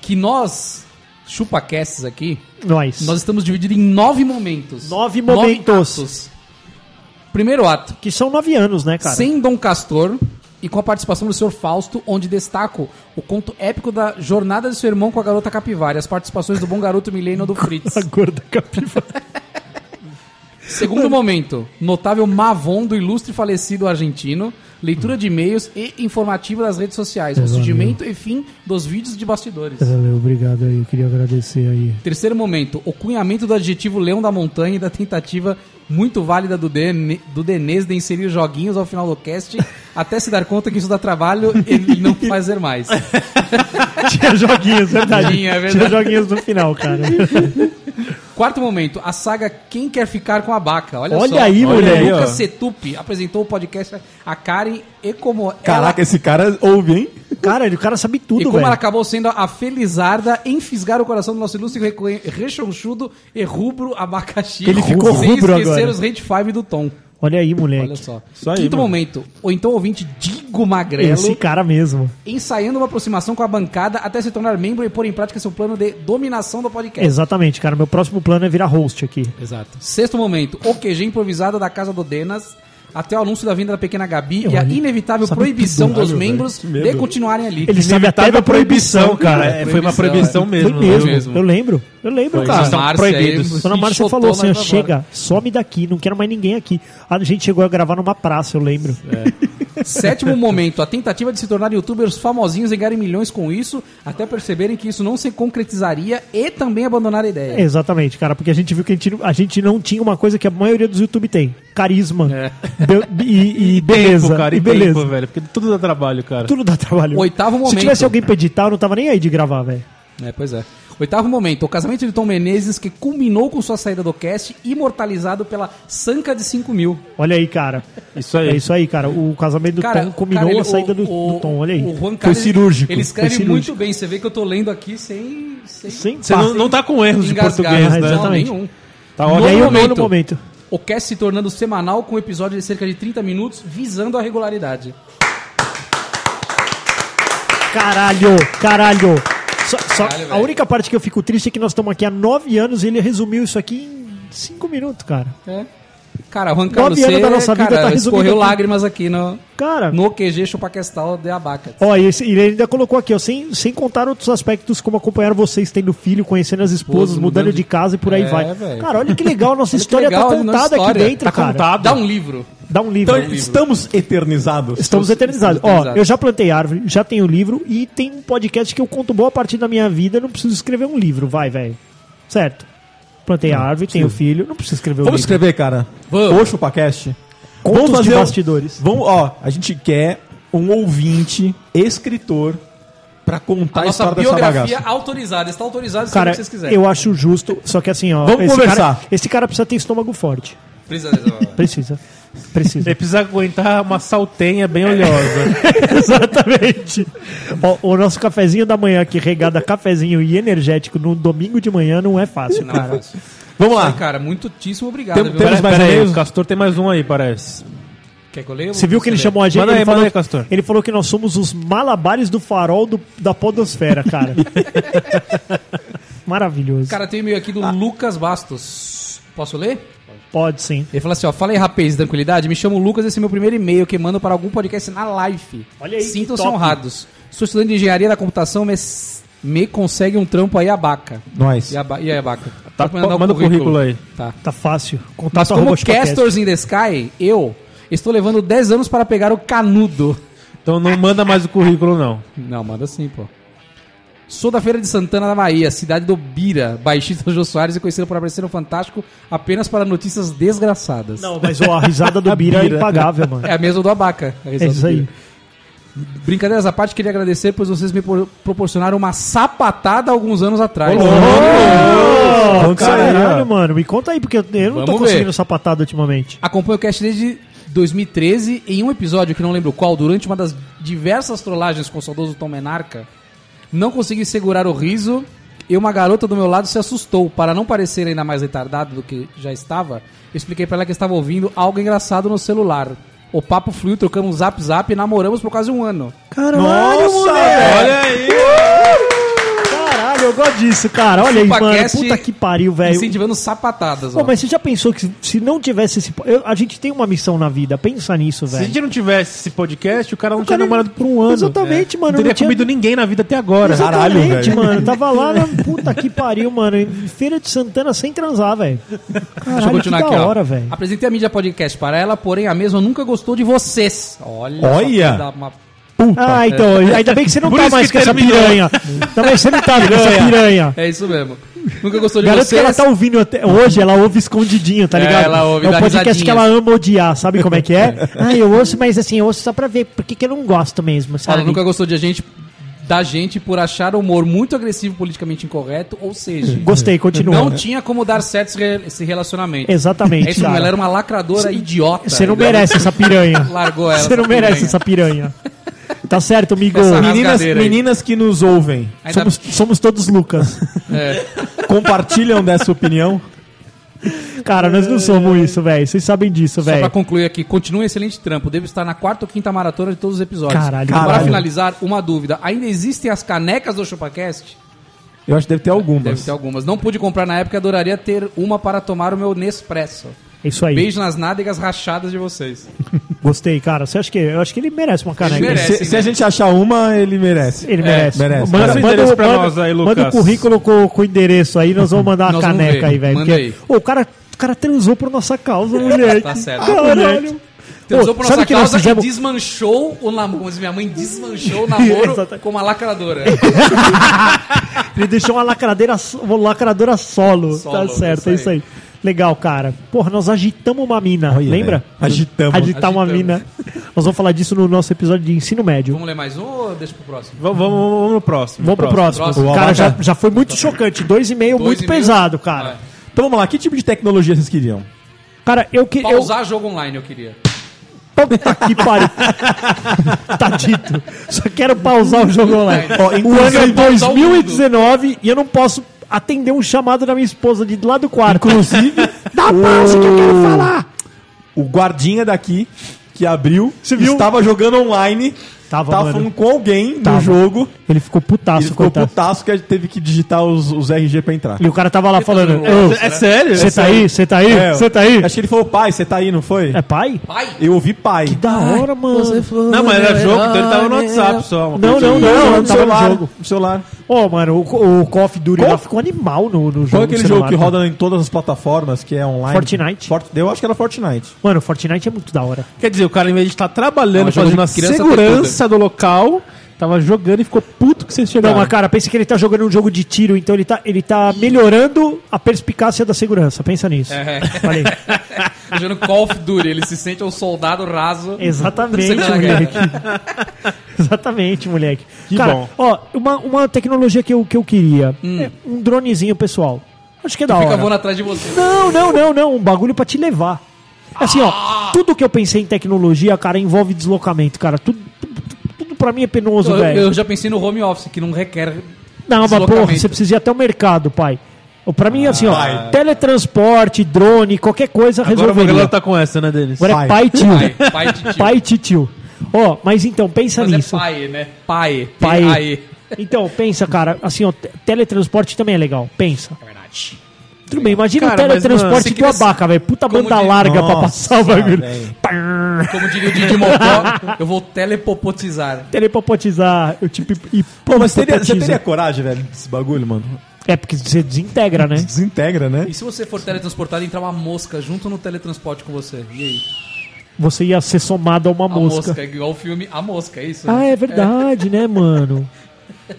[SPEAKER 2] Que nós, chupacasts aqui,
[SPEAKER 3] Nós.
[SPEAKER 2] nós estamos divididos em nove momentos.
[SPEAKER 3] Nove momentos.
[SPEAKER 2] atos. Primeiro ato.
[SPEAKER 3] Que são nove anos, né, cara?
[SPEAKER 2] sem Dom Castor e com a participação do Sr. Fausto, onde destaco o conto épico da jornada de seu irmão com a garota capivara e as participações do bom garoto Milena do Fritz.
[SPEAKER 3] A gorda capivara.
[SPEAKER 2] Segundo momento, notável Mavon do ilustre falecido argentino, leitura de e-mails e informativa das redes sociais, o surgimento e fim dos vídeos de bastidores.
[SPEAKER 3] Valeu, obrigado aí, eu queria agradecer aí.
[SPEAKER 2] Terceiro momento, o cunhamento do adjetivo leão da montanha e da tentativa muito válida do, Dene, do Denês de inserir joguinhos ao final do cast, até se dar conta que isso dá trabalho e ele não fazer mais.
[SPEAKER 3] Tinha joguinhos, verdade.
[SPEAKER 2] Tinha, é
[SPEAKER 3] Tinha
[SPEAKER 2] verdade.
[SPEAKER 3] joguinhos no final, cara.
[SPEAKER 2] Quarto momento, a saga Quem Quer Ficar com a Baca. Olha,
[SPEAKER 3] Olha
[SPEAKER 2] só.
[SPEAKER 3] aí,
[SPEAKER 4] moleque.
[SPEAKER 2] Lucas
[SPEAKER 4] ó.
[SPEAKER 2] Setup apresentou o podcast a Karen e como
[SPEAKER 1] Caraca,
[SPEAKER 2] ela...
[SPEAKER 1] esse cara ouve, hein?
[SPEAKER 3] Cara, ele- o cara sabe
[SPEAKER 2] E
[SPEAKER 3] tudo,
[SPEAKER 2] como ela
[SPEAKER 3] velho.
[SPEAKER 2] acabou sendo a felizarda em fisgar o coração do nosso ilustre reconhe- rechonchudo e rubro abacaxi.
[SPEAKER 3] Ele ficou
[SPEAKER 2] sem
[SPEAKER 3] rubro
[SPEAKER 2] esquecer
[SPEAKER 3] agora.
[SPEAKER 2] os Rate 5 do Tom.
[SPEAKER 3] Olha aí, moleque.
[SPEAKER 2] Olha só.
[SPEAKER 1] Isso aí,
[SPEAKER 2] Quinto
[SPEAKER 1] mano.
[SPEAKER 2] momento, ou então ouvinte Digo Magrelo
[SPEAKER 3] Esse cara mesmo.
[SPEAKER 2] ensaiando uma aproximação com a bancada até se tornar membro e pôr em prática seu plano de dominação do podcast.
[SPEAKER 3] Exatamente, cara. Meu próximo plano é virar host aqui.
[SPEAKER 2] Exato. Sexto momento, o QG improvisada da casa do Denas até o anúncio da vinda da pequena Gabi e a
[SPEAKER 3] Olha,
[SPEAKER 2] inevitável proinevitável
[SPEAKER 3] sabe
[SPEAKER 2] proibição
[SPEAKER 3] tudo,
[SPEAKER 2] dos
[SPEAKER 3] olha,
[SPEAKER 2] membros
[SPEAKER 1] velho, que
[SPEAKER 2] de
[SPEAKER 1] medo.
[SPEAKER 2] continuarem ali.
[SPEAKER 3] Ele sabe até da proibição,
[SPEAKER 4] cara.
[SPEAKER 3] cara.
[SPEAKER 4] É, foi uma proibição
[SPEAKER 2] Proibição,
[SPEAKER 4] mesmo.
[SPEAKER 3] Foi mesmo.
[SPEAKER 4] né?
[SPEAKER 2] é né? mesmo.
[SPEAKER 3] Eu lembro. Eu lembro,
[SPEAKER 4] Foi.
[SPEAKER 3] cara.
[SPEAKER 4] Vocês estão proibidos.
[SPEAKER 3] Dona Márcia
[SPEAKER 2] enxotou,
[SPEAKER 3] falou assim, ó,
[SPEAKER 2] nós vamos embora.
[SPEAKER 3] chega, some daqui, não quero mais ninguém aqui. A gente chegou a gravar numa praça, eu lembro.
[SPEAKER 2] É. Sétimo momento, a tentativa de se tornar youtubers famosinhos e ganharem milhões com isso, até perceberem que isso não se concretizaria e também abandonar a ideia.
[SPEAKER 3] Exatamente, cara, porque a gente viu que a gente, a gente não tinha uma coisa que a maioria dos YouTube tem: carisma
[SPEAKER 2] É.
[SPEAKER 3] be- e, e beleza.
[SPEAKER 4] Tempo, cara,
[SPEAKER 3] e
[SPEAKER 4] e
[SPEAKER 3] beleza.
[SPEAKER 4] tempo, velho. Porque tudo dá trabalho, cara.
[SPEAKER 3] Tudo dá trabalho.
[SPEAKER 2] Oitavo
[SPEAKER 3] Se
[SPEAKER 2] momento.
[SPEAKER 3] tivesse alguém pra editar, eu não tava nem aí de gravar, velho.
[SPEAKER 2] É, pois é. Oitavo momento, o casamento de Tom Menezes que culminou com sua saída do cast, imortalizado pela Sanca de 5 mil.
[SPEAKER 3] Olha aí, cara.
[SPEAKER 4] Isso aí.
[SPEAKER 3] É isso aí, cara. O casamento do Tom combinou
[SPEAKER 2] cara, ele-
[SPEAKER 3] a saída do,
[SPEAKER 2] o-
[SPEAKER 3] do Tom, olha aí.
[SPEAKER 2] O Juan Carlos, ele-
[SPEAKER 1] cirúrgico,
[SPEAKER 2] Ele escreve
[SPEAKER 3] foi cirúrgico.
[SPEAKER 2] muito bem. Você vê que eu tô lendo aqui sem. sem
[SPEAKER 3] Sim,
[SPEAKER 4] Você não, não tá com erros de
[SPEAKER 2] engasgar.
[SPEAKER 4] português, né?
[SPEAKER 2] Não,
[SPEAKER 3] Exatamente.
[SPEAKER 2] nenhum.
[SPEAKER 4] Tá
[SPEAKER 3] E aí
[SPEAKER 4] ótimo.
[SPEAKER 3] o
[SPEAKER 2] momento.
[SPEAKER 3] nono momento.
[SPEAKER 2] O cast se tornando semanal com um episódio de cerca de 30 minutos, visando a regularidade.
[SPEAKER 3] Caralho, caralho. Só- só-
[SPEAKER 2] Caralho,
[SPEAKER 3] a
[SPEAKER 2] velho.
[SPEAKER 3] única parte que eu fico triste é que nós estamos aqui há nove anos e ele resumiu isso aqui em cinco minutos, cara.
[SPEAKER 2] É. Cara, Juan Carlos,
[SPEAKER 3] anos
[SPEAKER 2] você,
[SPEAKER 3] da nossa vida
[SPEAKER 2] cara,
[SPEAKER 3] tá resumido
[SPEAKER 2] escorreu
[SPEAKER 3] aqui.
[SPEAKER 2] lágrimas aqui no,
[SPEAKER 3] Cara.
[SPEAKER 2] no QG Chupaquestal de Abaca.
[SPEAKER 3] Ó, e esse- ele ainda colocou aqui, ó, sem, sem contar outros aspectos como acompanhar vocês tendo filho, conhecendo as esposas,
[SPEAKER 2] Esposo,
[SPEAKER 3] mudando
[SPEAKER 2] mudando
[SPEAKER 3] de casa e por aí
[SPEAKER 2] É,
[SPEAKER 3] vai.
[SPEAKER 2] velho.
[SPEAKER 3] Cara, olha que legal, a nossa
[SPEAKER 2] que
[SPEAKER 3] história
[SPEAKER 2] legal,
[SPEAKER 3] tá
[SPEAKER 2] a nossa
[SPEAKER 3] contada aqui
[SPEAKER 2] história.
[SPEAKER 3] dentro,
[SPEAKER 4] Tá
[SPEAKER 3] cara.
[SPEAKER 4] contado.
[SPEAKER 2] Dá um livro.
[SPEAKER 3] Dá um livro.
[SPEAKER 1] Então, estamos eternizados.
[SPEAKER 3] Estamos eternizados. Ó,
[SPEAKER 2] eternizados.
[SPEAKER 3] eu já plantei árvore, já tenho livro e tem um podcast que eu conto boa parte da minha vida, eu não preciso escrever um livro, vai, velho. Certo? Plantei árvore, tenho filho, não preciso escrever um
[SPEAKER 1] Vamos
[SPEAKER 3] livro.
[SPEAKER 1] escrever, cara.
[SPEAKER 2] Vamos.
[SPEAKER 1] Vamos. Oxo Pacast.
[SPEAKER 3] Contos de
[SPEAKER 1] o-
[SPEAKER 3] bastidores.
[SPEAKER 1] Vamos, ó, a gente quer um ouvinte, escritor, pra contar a,
[SPEAKER 2] Nossa
[SPEAKER 1] história dessa
[SPEAKER 2] biografia
[SPEAKER 1] bagaça.
[SPEAKER 2] autorizada. Está autorizado se
[SPEAKER 3] Cara,
[SPEAKER 2] vocês quiserem.
[SPEAKER 3] eu acho justo, só que assim, ó.
[SPEAKER 1] Vamos
[SPEAKER 3] esse
[SPEAKER 1] conversar.
[SPEAKER 3] Cara, esse cara precisa ter estômago forte.
[SPEAKER 2] Precisa-
[SPEAKER 3] Precisa. Precisa.
[SPEAKER 4] Ele precisa aguentar uma saltenha bem oleosa.
[SPEAKER 3] Exatamente. Ó, o nosso cafezinho da manhã aqui, regado a cafezinho e energético no domingo de manhã, não é fácil,
[SPEAKER 2] Não,
[SPEAKER 3] cara.
[SPEAKER 2] fácil.
[SPEAKER 1] Vamos
[SPEAKER 2] Aí,
[SPEAKER 1] lá.
[SPEAKER 2] cara, muitíssimo obrigado.
[SPEAKER 1] Tem-
[SPEAKER 2] viu?
[SPEAKER 1] tem-
[SPEAKER 4] Pera-
[SPEAKER 1] mais
[SPEAKER 4] pera aí,
[SPEAKER 1] e-mails?
[SPEAKER 4] o Castor tem mais um aí, parece.
[SPEAKER 2] Quer que eu leia?
[SPEAKER 3] Você viu que ele
[SPEAKER 2] Você
[SPEAKER 3] chamou a gente?
[SPEAKER 4] Manda
[SPEAKER 3] ele,
[SPEAKER 4] aí,
[SPEAKER 3] falou,
[SPEAKER 4] manda aí, Castor.
[SPEAKER 3] ele falou que nós somos os malabares do farol do- da podosfera, cara. Maravilhoso.
[SPEAKER 2] Cara, tem um e-mail aqui do
[SPEAKER 1] Ah.
[SPEAKER 2] Lucas Bastos. Posso ler?
[SPEAKER 3] Pode sim.
[SPEAKER 2] Ele fala assim, ó, fala aí, rapaz, tranquilidade, me chamo Lucas, esse é meu primeiro e-mail que mando para algum podcast na Life.
[SPEAKER 3] Olha aí, que
[SPEAKER 2] Sintam-se
[SPEAKER 3] top.
[SPEAKER 2] honrados. Sou estudante de engenharia da computação, mas me consegue um trampo aí, abaca.
[SPEAKER 1] Nós.
[SPEAKER 2] E, aba e aí, abaca?
[SPEAKER 4] Tá,
[SPEAKER 2] Pode mandar
[SPEAKER 4] manda o currículo aí.
[SPEAKER 2] Tá.
[SPEAKER 3] Tá fácil.
[SPEAKER 2] Mas
[SPEAKER 3] Contato
[SPEAKER 2] como
[SPEAKER 3] arroba chupacast.
[SPEAKER 2] Castors in the Sky, eu estou levando 10 anos para pegar o canudo.
[SPEAKER 4] Então não manda mais o currículo, não.
[SPEAKER 2] Não, manda sim, pô. Sou da Feira de Santana da Bahia, cidade do Bira, baixista Jô Soares e conhecido por aparecer no Fantástico apenas para notícias desgraçadas.
[SPEAKER 3] Não, mas ó, a risada do Bira é impagável, mano.
[SPEAKER 2] É a mesma do Abaca. a
[SPEAKER 3] É
[SPEAKER 2] risada
[SPEAKER 3] isso
[SPEAKER 2] do
[SPEAKER 3] aí.
[SPEAKER 2] Bira. Brincadeiras à parte, queria agradecer, pois vocês me por- proporcionaram uma sapatada alguns anos atrás.
[SPEAKER 3] Oh,
[SPEAKER 4] caralho,
[SPEAKER 3] caralho, mano. Me conta aí, porque eu eu não tô
[SPEAKER 2] Vamos
[SPEAKER 3] conseguindo
[SPEAKER 2] ver.
[SPEAKER 3] sapatada ultimamente.
[SPEAKER 2] Acompanho o cast desde 2013, em um episódio que não lembro qual, durante uma das diversas trollagens com o saudoso Tom Menarca, não consegui segurar o riso e uma garota do meu lado se assustou. Para não parecer ainda mais retardado do que já estava, expliquei pra ela que estava ouvindo algo engraçado no celular. O papo fluiu, trocamos zap zap e namoramos por quase um ano.
[SPEAKER 3] Caralho, moleque!
[SPEAKER 4] Olha aí!
[SPEAKER 3] Caralho, eu gosto disso, cara. Olha aí, mano.
[SPEAKER 2] Chupacast
[SPEAKER 3] Puta que pariu, velho.
[SPEAKER 2] Incentivando sapatadas,
[SPEAKER 3] Pô,
[SPEAKER 2] ó.
[SPEAKER 3] mas você já pensou que se não tivesse esse. po- eu- a gente tem uma missão na vida, pensa nisso,
[SPEAKER 4] Se a
[SPEAKER 3] velho.
[SPEAKER 4] gente não tivesse esse podcast, o cara não
[SPEAKER 3] O cara-
[SPEAKER 4] tinha namorado por um ano.
[SPEAKER 3] Exatamente, mano,
[SPEAKER 4] Não teria
[SPEAKER 3] não tinha-
[SPEAKER 4] comido ninguém na vida até agora.
[SPEAKER 3] Exatamente, mano. Tava lá na puta que pariu, mano. Em Feira de Santana sem transar, velho.
[SPEAKER 2] Deixa eu
[SPEAKER 3] Caralho, que
[SPEAKER 2] continuar
[SPEAKER 3] da
[SPEAKER 2] aqui, ó.
[SPEAKER 3] hora, velho.
[SPEAKER 2] Apresentei a mídia podcast para ela, porém a mesma nunca gostou de vocês. Olha!
[SPEAKER 1] Olha!
[SPEAKER 2] só que dá uma-
[SPEAKER 3] Ah, então, ainda bem que você não
[SPEAKER 4] Por
[SPEAKER 3] tá
[SPEAKER 4] isso
[SPEAKER 3] mais
[SPEAKER 4] que
[SPEAKER 3] com essa
[SPEAKER 4] terminou.
[SPEAKER 3] piranha. Também você não tá com essa piranha.
[SPEAKER 2] É isso mesmo. Nunca gostou de
[SPEAKER 3] Garanto que
[SPEAKER 2] vocês.
[SPEAKER 3] ela tá ouvindo até hoje, ela ouve escondidinho, tá
[SPEAKER 2] É,
[SPEAKER 3] ligado?
[SPEAKER 2] ela ouve,
[SPEAKER 3] é
[SPEAKER 2] dá
[SPEAKER 3] um podcast
[SPEAKER 2] risadinhas.
[SPEAKER 3] que ela ama odiar, sabe como é que é? ah, eu ouço, mas assim, eu ouço só pra ver porque que eu não gosto mesmo, sabe?
[SPEAKER 2] Ela nunca gostou de a gente, da gente por achar o humor muito agressivo, politicamente incorreto, ou seja,
[SPEAKER 3] Gostei, continua.
[SPEAKER 2] não tinha como dar certo esse re- esse relacionamento.
[SPEAKER 3] é, né? Exatamente,
[SPEAKER 2] É isso, mesmo,
[SPEAKER 3] cara.
[SPEAKER 2] ela era uma lacradora idiota.
[SPEAKER 3] Você não
[SPEAKER 2] entendeu?
[SPEAKER 3] merece essa piranha.
[SPEAKER 2] Largou ela,
[SPEAKER 3] Você não
[SPEAKER 2] essa
[SPEAKER 3] merece
[SPEAKER 2] piranha.
[SPEAKER 3] essa piranha. Tá certo, amigo.
[SPEAKER 2] Essa rasga-
[SPEAKER 1] Meninas,
[SPEAKER 2] rasgadeira aí.
[SPEAKER 1] meninas que nos ouvem,
[SPEAKER 2] Ainda-
[SPEAKER 3] Somos, somos todos Lucas.
[SPEAKER 1] compartilham dessa opinião.
[SPEAKER 3] Cara, nós não somos isso, velho. Vocês sabem disso,
[SPEAKER 2] Só pra
[SPEAKER 3] velho.
[SPEAKER 2] concluir aqui, continua um excelente trampo. Devo estar na quarta ou quinta maratona de todos os episódios.
[SPEAKER 3] Caralho,
[SPEAKER 2] Para
[SPEAKER 3] caralho.
[SPEAKER 2] finalizar, uma dúvida. Ainda existem as canecas do ChupaCast?
[SPEAKER 1] Eu acho que deve ter algumas.
[SPEAKER 2] Deve ter algumas. Não pude comprar na época, adoraria ter uma para tomar o meu Nespresso.
[SPEAKER 3] É Isso aí.
[SPEAKER 2] Beijo nas nádegas rachadas de vocês.
[SPEAKER 3] Gostei, cara. Você acha que eu acho que ele merece uma caneca?
[SPEAKER 2] merece. É,
[SPEAKER 1] se, se a gente achar uma, ele merece. É,
[SPEAKER 3] Ele merece.
[SPEAKER 1] merece,
[SPEAKER 3] Manda,
[SPEAKER 2] um
[SPEAKER 4] cara.
[SPEAKER 3] manda,
[SPEAKER 4] Endereço
[SPEAKER 3] manda,
[SPEAKER 4] pra nós aí, Lucas.
[SPEAKER 3] manda o currículo com, com o endereço aí, nós vamos mandar uma
[SPEAKER 2] Nós vamos ver.
[SPEAKER 3] caneca aí, velho.
[SPEAKER 2] Manda
[SPEAKER 3] porque-
[SPEAKER 2] aí.
[SPEAKER 3] Ô, o cara, o cara transou por nossa causa, mulher.
[SPEAKER 2] Tá certo.
[SPEAKER 3] Caralho.
[SPEAKER 2] Transou
[SPEAKER 3] Ô,
[SPEAKER 2] por
[SPEAKER 3] sabe
[SPEAKER 2] nossa
[SPEAKER 3] que nós
[SPEAKER 2] causa
[SPEAKER 3] fizemos-
[SPEAKER 2] e desmanchou o namoro. Como diz minha mãe, desmanchou o namoro
[SPEAKER 3] Exatamente.
[SPEAKER 2] com uma lacradora.
[SPEAKER 3] Ele deixou uma lacradeira, so- uma lacradora solo.
[SPEAKER 2] Solo,
[SPEAKER 3] Tá certo,
[SPEAKER 2] isso
[SPEAKER 3] é isso aí. Legal, cara. Porra, nós agitamos uma mina,
[SPEAKER 1] Olha,
[SPEAKER 3] lembra?
[SPEAKER 1] velho. Agitamos.
[SPEAKER 3] Agitar uma
[SPEAKER 2] Agitamos.
[SPEAKER 3] mina. Nós vamos falar disso no nosso episódio de ensino médio.
[SPEAKER 2] Vamos ler mais um ou deixa pro próximo?
[SPEAKER 4] Vamos, vamos, vamos no próximo.
[SPEAKER 3] Vamos pro próximo.
[SPEAKER 2] Próximo.
[SPEAKER 3] O Cara,
[SPEAKER 1] Abaca.
[SPEAKER 3] já, já foi muito chocante. Dois e meio,
[SPEAKER 2] Dois
[SPEAKER 3] muito
[SPEAKER 2] e meio?
[SPEAKER 3] pesado, cara.
[SPEAKER 1] Então vamos lá, que tipo de tecnologia vocês queriam?
[SPEAKER 3] Cara, eu que. Eu...
[SPEAKER 2] Pausar jogo online, eu queria.
[SPEAKER 3] Puta que pariu. tá dito. Só quero pausar o jogo online.
[SPEAKER 1] Ó,
[SPEAKER 3] O ano é
[SPEAKER 1] inclusive,
[SPEAKER 2] pausar o
[SPEAKER 3] 2019 e eu não posso atender um chamado da minha esposa de lá do quarto.
[SPEAKER 1] inclusive,
[SPEAKER 3] Dá pausa que eu quero falar.
[SPEAKER 1] o guardinha daqui, que abriu,
[SPEAKER 3] Você viu?
[SPEAKER 1] estava jogando online,
[SPEAKER 3] Tava, mano.
[SPEAKER 1] falando com alguém
[SPEAKER 3] Tava.
[SPEAKER 1] no jogo,
[SPEAKER 3] Ele ficou putaço,
[SPEAKER 1] ele ficou
[SPEAKER 3] coitado.
[SPEAKER 1] putaço que teve que digitar os, os RG pra entrar.
[SPEAKER 3] E o cara tava lá falando:
[SPEAKER 2] louco,
[SPEAKER 3] "Ô,
[SPEAKER 4] É sério?
[SPEAKER 3] Você tá aí? Você tá aí?
[SPEAKER 1] É,
[SPEAKER 3] Você tá aí?
[SPEAKER 1] Acho que ele falou, pai, você tá aí, não foi?
[SPEAKER 3] É pai?
[SPEAKER 2] Pai!
[SPEAKER 1] Eu ouvi pai.
[SPEAKER 3] Da hora, mano.
[SPEAKER 4] Não, mas era jogo, então ele tava no WhatsApp só. uma
[SPEAKER 3] "É, Não,
[SPEAKER 4] coisa
[SPEAKER 3] não,
[SPEAKER 4] assim. aí.
[SPEAKER 3] não.
[SPEAKER 1] é no
[SPEAKER 3] tava no
[SPEAKER 1] celular,
[SPEAKER 3] jogo.
[SPEAKER 1] no celular.
[SPEAKER 3] Ô, mano, o, o Call of Duty
[SPEAKER 1] Qual-
[SPEAKER 3] lá ficou animal no, no jogo.
[SPEAKER 1] Qual é aquele jogo
[SPEAKER 3] do celular,
[SPEAKER 1] que
[SPEAKER 3] cara.
[SPEAKER 1] roda em todas as plataformas, que é online?
[SPEAKER 3] Fortnite.
[SPEAKER 1] Fort... Eu acho que era Fortnite.
[SPEAKER 3] Mano, Fortnite é muito da hora.
[SPEAKER 4] Quer dizer, o cara, em vez de estar
[SPEAKER 2] Não, é
[SPEAKER 4] trabalhando,
[SPEAKER 2] jogo
[SPEAKER 4] fazendo a
[SPEAKER 2] de criança
[SPEAKER 4] segurança do local, tava jogando e ficou puto que vocês
[SPEAKER 3] Não,
[SPEAKER 4] chegaram.
[SPEAKER 3] mas cara, pensa que ele tá jogando um jogo de tiro, então
[SPEAKER 2] É.
[SPEAKER 3] ele tá, ele tá melhorando a perspicácia da segurança. Pensa nisso. Falei.
[SPEAKER 2] jogando Call of Duty, ele se sente um soldado raso.
[SPEAKER 3] Exatamente,
[SPEAKER 2] Segunda
[SPEAKER 3] moleque. Exatamente, moleque.
[SPEAKER 4] Que
[SPEAKER 3] Cara,
[SPEAKER 4] bom.
[SPEAKER 3] ó, uma, uma tecnologia que eu, que eu queria. É um dronezinho pessoal. Acho que é da
[SPEAKER 2] Fica
[SPEAKER 3] hora.
[SPEAKER 2] voando atrás de você.
[SPEAKER 3] Não, não, não, não. Um bagulho pra te levar. Assim,
[SPEAKER 2] Ah.
[SPEAKER 3] ó, tudo que eu pensei em tecnologia, cara, envolve deslocamento, cara. Tudo, tudo, tudo pra mim é penoso,
[SPEAKER 2] Eu,
[SPEAKER 3] velho.
[SPEAKER 2] eu já pensei no home office, que não requer.
[SPEAKER 3] Não, mas
[SPEAKER 2] Deslocamento.
[SPEAKER 3] porra, você precisa ir até o mercado, pai. Ou Pra mim, assim, ó, teletransporte, drone, qualquer coisa
[SPEAKER 4] Agora o
[SPEAKER 3] resolveria.
[SPEAKER 4] Magrelo tá com essa, né, Denis?
[SPEAKER 3] Agora é pai e tio.
[SPEAKER 2] Pai, pai de tio.
[SPEAKER 3] um Pai e tio. Ó, mas então, pensa
[SPEAKER 2] Mas
[SPEAKER 3] nisso.
[SPEAKER 2] é pai, né? Pai.
[SPEAKER 3] Pai.
[SPEAKER 2] Aê.
[SPEAKER 3] Então, pensa, cara, assim, ó, te- teletransporte também é legal. Pensa.
[SPEAKER 2] É verdade.
[SPEAKER 3] Tudo bem, imagina
[SPEAKER 4] Cara,
[SPEAKER 3] o
[SPEAKER 4] mas, mano,
[SPEAKER 3] teletransporte
[SPEAKER 4] se
[SPEAKER 3] do abaca, velho. Puta
[SPEAKER 2] Como
[SPEAKER 3] banda
[SPEAKER 2] de-
[SPEAKER 3] larga pra
[SPEAKER 1] Nossa,
[SPEAKER 3] passar o bagulho.
[SPEAKER 1] velho.
[SPEAKER 3] Pá,
[SPEAKER 2] Como diria o Didi Mocó, eu vou telepopotizar.
[SPEAKER 3] Telepopotizar, eu tipo hip-
[SPEAKER 1] Pô, mas teria- você
[SPEAKER 3] hipopotiza.
[SPEAKER 1] teria coragem, velho, desse bagulho, mano?
[SPEAKER 3] É porque você desintegra, né?
[SPEAKER 1] Desintegra, né?
[SPEAKER 2] E se você for teletransportado e entrar uma mosca junto no teletransporte com você? E aí?
[SPEAKER 3] Você ia ser somado a uma
[SPEAKER 2] A mosca,
[SPEAKER 3] mosca.
[SPEAKER 2] igual o filme A Mosca, é isso?
[SPEAKER 3] Ah, é verdade, né, mano?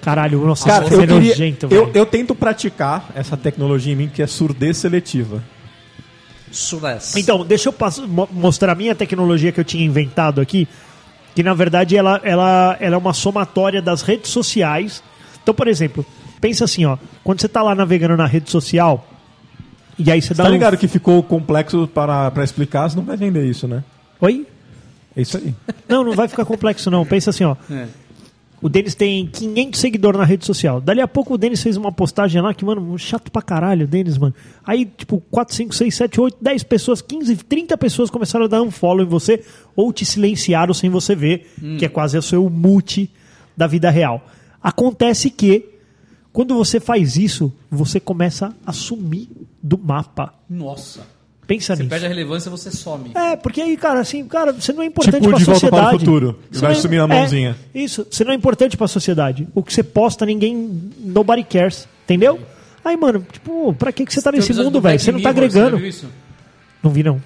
[SPEAKER 3] Caralho, nossa,
[SPEAKER 1] Cara,
[SPEAKER 3] você
[SPEAKER 1] eu,
[SPEAKER 3] é
[SPEAKER 1] queria-
[SPEAKER 3] nojento,
[SPEAKER 1] eu,
[SPEAKER 3] velho.
[SPEAKER 1] eu tento praticar essa tecnologia em mim, que é surdez seletiva.
[SPEAKER 2] Isso dessa.
[SPEAKER 3] Então, deixa eu pass- mo- mostrar a minha tecnologia que eu tinha inventado aqui, que na verdade ela, ela, ela é uma somatória das redes sociais. Então, por exemplo, pensa assim, ó, quando você tá lá navegando na rede social, e aí você dá
[SPEAKER 1] Tá
[SPEAKER 3] um-
[SPEAKER 1] ligado que ficou complexo para, para explicar, você não vai vender isso, né?
[SPEAKER 3] Oi?
[SPEAKER 1] É isso aí.
[SPEAKER 3] Não, não vai ficar complexo não. Pensa assim, ó.
[SPEAKER 2] É.
[SPEAKER 3] O Denis tem 500 seguidores na rede social. Dali a pouco o Denis fez uma postagem lá que, mano, um chato pra caralho, Denis, mano. Aí, tipo, 4, 5, 6, 7, 8, 10 pessoas, 15, 30 pessoas começaram a dar um follow em você ou te silenciaram sem você ver,
[SPEAKER 2] Hum.
[SPEAKER 3] que é quase o seu mute da vida real. Acontece que, quando você faz isso, você começa a sumir do mapa.
[SPEAKER 2] Nossa.
[SPEAKER 3] Pensa
[SPEAKER 2] Você
[SPEAKER 3] nisso.
[SPEAKER 2] perde a relevância, você some.
[SPEAKER 3] É, porque aí, cara, assim, cara, você não é importante
[SPEAKER 1] Tipo,
[SPEAKER 3] pra
[SPEAKER 1] De Volta
[SPEAKER 3] sociedade.
[SPEAKER 1] para o Futuro.
[SPEAKER 3] Você
[SPEAKER 1] Vai
[SPEAKER 3] não é-
[SPEAKER 1] sumir na
[SPEAKER 3] é,
[SPEAKER 1] mãozinha.
[SPEAKER 3] isso, você não é importante pra sociedade. O que você posta, ninguém. Nobody cares, entendeu? Aí, mano, tipo, pra que, que você tá
[SPEAKER 2] Tem um
[SPEAKER 3] nesse
[SPEAKER 2] episódio
[SPEAKER 3] mundo,
[SPEAKER 2] do
[SPEAKER 3] velho?
[SPEAKER 2] Black
[SPEAKER 3] Você não tá
[SPEAKER 2] Mirror,
[SPEAKER 3] agregando.
[SPEAKER 2] Você já viu isso?
[SPEAKER 3] Não vi, não.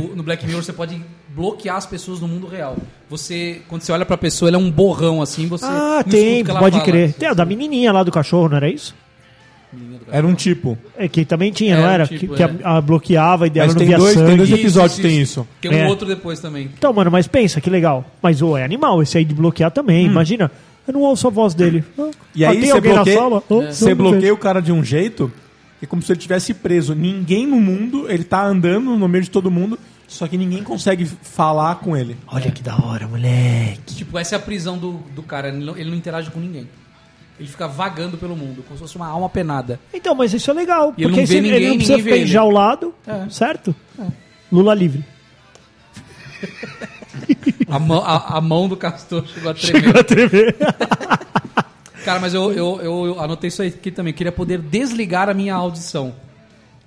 [SPEAKER 2] No, no Black Mirror você pode bloquear as pessoas no mundo real. Você, quando você olha pra pessoa, ela é um borrão assim, você
[SPEAKER 3] Ah,
[SPEAKER 2] não escuta
[SPEAKER 3] tem,
[SPEAKER 2] o que ela
[SPEAKER 3] pode
[SPEAKER 2] fala.
[SPEAKER 3] crer. Tem a da menininha lá do cachorro, não era isso?
[SPEAKER 1] Era um tipo.
[SPEAKER 3] É que também tinha,
[SPEAKER 2] Era,
[SPEAKER 3] não era?
[SPEAKER 2] tipo,
[SPEAKER 3] que que
[SPEAKER 2] é.
[SPEAKER 3] a, a bloqueava e dela
[SPEAKER 1] Mas
[SPEAKER 3] não
[SPEAKER 1] tem
[SPEAKER 3] via
[SPEAKER 1] dois- tem
[SPEAKER 3] sangue.
[SPEAKER 1] dois- episódios tem isso.
[SPEAKER 2] Tem um
[SPEAKER 3] É.
[SPEAKER 2] outro depois também.
[SPEAKER 3] Então, mano, mas pensa, que legal. Mas ô, é animal, esse aí de bloquear também, imagina. Eu não ouço a voz dele.
[SPEAKER 1] Hum. E
[SPEAKER 3] Ah,
[SPEAKER 1] aí
[SPEAKER 3] tem
[SPEAKER 1] você
[SPEAKER 3] alguém na
[SPEAKER 1] bloqueia,
[SPEAKER 3] sala? Oh,
[SPEAKER 1] você
[SPEAKER 3] não, não
[SPEAKER 1] bloqueia o cara de um jeito que é como se ele tivesse preso. Ninguém no mundo, ele tá andando no meio de todo mundo, só que ninguém consegue falar com ele.
[SPEAKER 3] Olha que da hora, moleque.
[SPEAKER 2] Tipo, essa é a prisão do, do cara. Ele não, ele não interage com ninguém. Ele fica vagando pelo mundo, como se fosse uma alma penada.
[SPEAKER 3] Então, mas isso é legal.
[SPEAKER 2] E ele
[SPEAKER 3] porque
[SPEAKER 2] não
[SPEAKER 3] aí
[SPEAKER 2] vê
[SPEAKER 3] você- ele,
[SPEAKER 2] ninguém,
[SPEAKER 3] não precisa
[SPEAKER 2] ninguém vê
[SPEAKER 3] ficar
[SPEAKER 2] ele.
[SPEAKER 3] enjaulado,
[SPEAKER 2] É.
[SPEAKER 3] certo? Lula livre.
[SPEAKER 2] A mão, a, a mão do castor chegou a tremer. Cara, mas eu, eu, eu, eu anotei isso aí aqui também. Queria poder desligar a minha audição.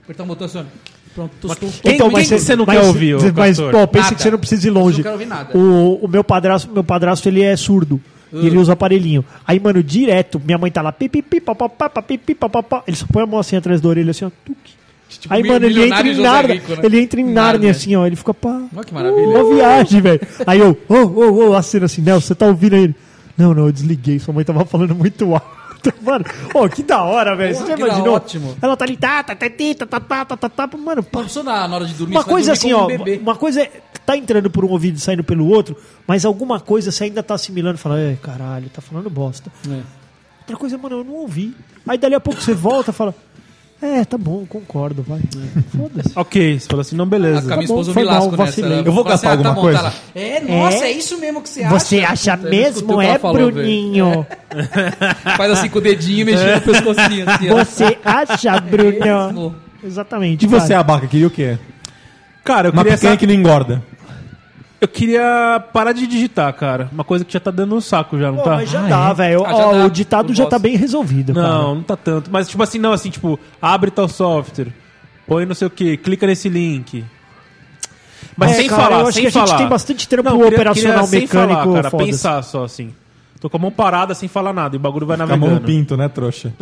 [SPEAKER 2] Apertar um botão assim. ó. Pronto, tô, tô, tô-
[SPEAKER 4] Quem- quem que você não
[SPEAKER 3] então, mas-
[SPEAKER 4] quer ouvir, ô,
[SPEAKER 3] Mas,
[SPEAKER 4] Castor?
[SPEAKER 3] pô, pensa
[SPEAKER 2] Nada.
[SPEAKER 3] que você não precisa ir longe.
[SPEAKER 2] Eu não quero ouvir nada.
[SPEAKER 3] O, o meu padrasto, meu padrasto, ele é surdo. E ele usa aparelhinho. Aí, mano, direto, minha mãe tá lá, pipipi, papapá, pipipi, papapá. Ele só põe a mão assim atrás da orelha, assim, ó. tuque.
[SPEAKER 2] Tipo,
[SPEAKER 3] Aí,
[SPEAKER 2] mi-
[SPEAKER 3] mano, ele entra
[SPEAKER 2] milionário
[SPEAKER 3] em
[SPEAKER 2] José
[SPEAKER 3] Narnia.
[SPEAKER 2] Rico, né?
[SPEAKER 3] Ele entra em Narnia,
[SPEAKER 2] Nárnia.
[SPEAKER 3] assim, ó. Ele fica, pá.
[SPEAKER 2] Olha que maravilha.
[SPEAKER 3] Uma viagem, velho. Aí eu, ô, ô, ô, a cena assim, Nelson, você tá ouvindo aí? Não, não, eu desliguei, sua mãe tava falando muito alto. Mano, ô, que da hora, velho. Você
[SPEAKER 2] Porra,
[SPEAKER 3] já
[SPEAKER 2] que da
[SPEAKER 3] imaginou?
[SPEAKER 2] ótimo.
[SPEAKER 3] Ela tá ali, tá, tá, tá, tá, tá, tá, tá, tá, tá, mano, pá.
[SPEAKER 2] Não precisa na na hora de dormir.
[SPEAKER 3] Uma
[SPEAKER 2] você vai
[SPEAKER 3] coisa
[SPEAKER 2] dormir
[SPEAKER 3] assim,
[SPEAKER 2] como
[SPEAKER 3] ó,
[SPEAKER 2] um bebê.
[SPEAKER 3] uma coisa é que tá entrando por um ouvido e saindo pelo outro, mas alguma coisa você ainda tá assimilando, fala, é, caralho, tá falando bosta.
[SPEAKER 2] É.
[SPEAKER 3] Outra coisa, mano, eu não ouvi. Aí dali a pouco você volta e fala, é, tá bom, concordo, vai.
[SPEAKER 2] É.
[SPEAKER 3] Foda-se.
[SPEAKER 4] Ok, você falou assim, não,
[SPEAKER 2] Ah, com
[SPEAKER 4] beleza.
[SPEAKER 2] a minha
[SPEAKER 3] bom,
[SPEAKER 2] esposa eu
[SPEAKER 3] foi
[SPEAKER 2] me
[SPEAKER 3] mal,
[SPEAKER 2] lasco nessa.
[SPEAKER 3] vacilei.
[SPEAKER 2] né?
[SPEAKER 1] Eu vou
[SPEAKER 2] Fala assim,
[SPEAKER 1] gastar
[SPEAKER 2] ah,
[SPEAKER 1] alguma
[SPEAKER 2] tá
[SPEAKER 1] coisa.
[SPEAKER 2] Bom, tá lá. É, nossa, é. isso mesmo que você acha.
[SPEAKER 3] Você acha
[SPEAKER 2] Puta, eu não escutei o
[SPEAKER 3] mesmo,
[SPEAKER 2] que ela
[SPEAKER 3] é,
[SPEAKER 2] falou, velho. É.
[SPEAKER 3] Bruninho?
[SPEAKER 2] Faz assim com o dedinho mexendo o pescocinho. Assim, ó.
[SPEAKER 3] É. Você acha, Bruno?
[SPEAKER 2] mesmo.
[SPEAKER 3] Exatamente.
[SPEAKER 1] E você,
[SPEAKER 3] cara.
[SPEAKER 1] abaca, queria o quê?
[SPEAKER 4] Cara, eu
[SPEAKER 1] Uma
[SPEAKER 4] queria,
[SPEAKER 1] picanha
[SPEAKER 4] essa-
[SPEAKER 1] que não engorda.
[SPEAKER 4] eu queria parar de digitar, cara. Uma coisa que já tá dando um saco já, não
[SPEAKER 3] Pô,
[SPEAKER 4] tá?
[SPEAKER 3] mas já dá, velho.
[SPEAKER 2] Ah, já
[SPEAKER 3] Ó,
[SPEAKER 2] dá.
[SPEAKER 3] o ditado
[SPEAKER 2] Eu
[SPEAKER 3] já
[SPEAKER 2] gosto.
[SPEAKER 3] tá né? bem resolvido, cara.
[SPEAKER 4] Não, não tá tanto. Mas tipo assim, não, assim, tipo, abre tal software, põe não sei o que, clica nesse link.
[SPEAKER 3] É,
[SPEAKER 4] Mas sem
[SPEAKER 3] cara,
[SPEAKER 4] falar,
[SPEAKER 3] eu acho
[SPEAKER 4] sem
[SPEAKER 3] que a gente
[SPEAKER 4] falar.
[SPEAKER 3] tem bastante trampo
[SPEAKER 4] Não, queria-
[SPEAKER 3] operacional
[SPEAKER 4] queria
[SPEAKER 3] mecânico,
[SPEAKER 4] Sem falar, cara,
[SPEAKER 3] foda-se.
[SPEAKER 4] pensar só assim. Tô com a mão parada sem falar nada e o bagulho vai
[SPEAKER 1] Com a mão no
[SPEAKER 4] navegando.
[SPEAKER 1] pinto, né, trouxa?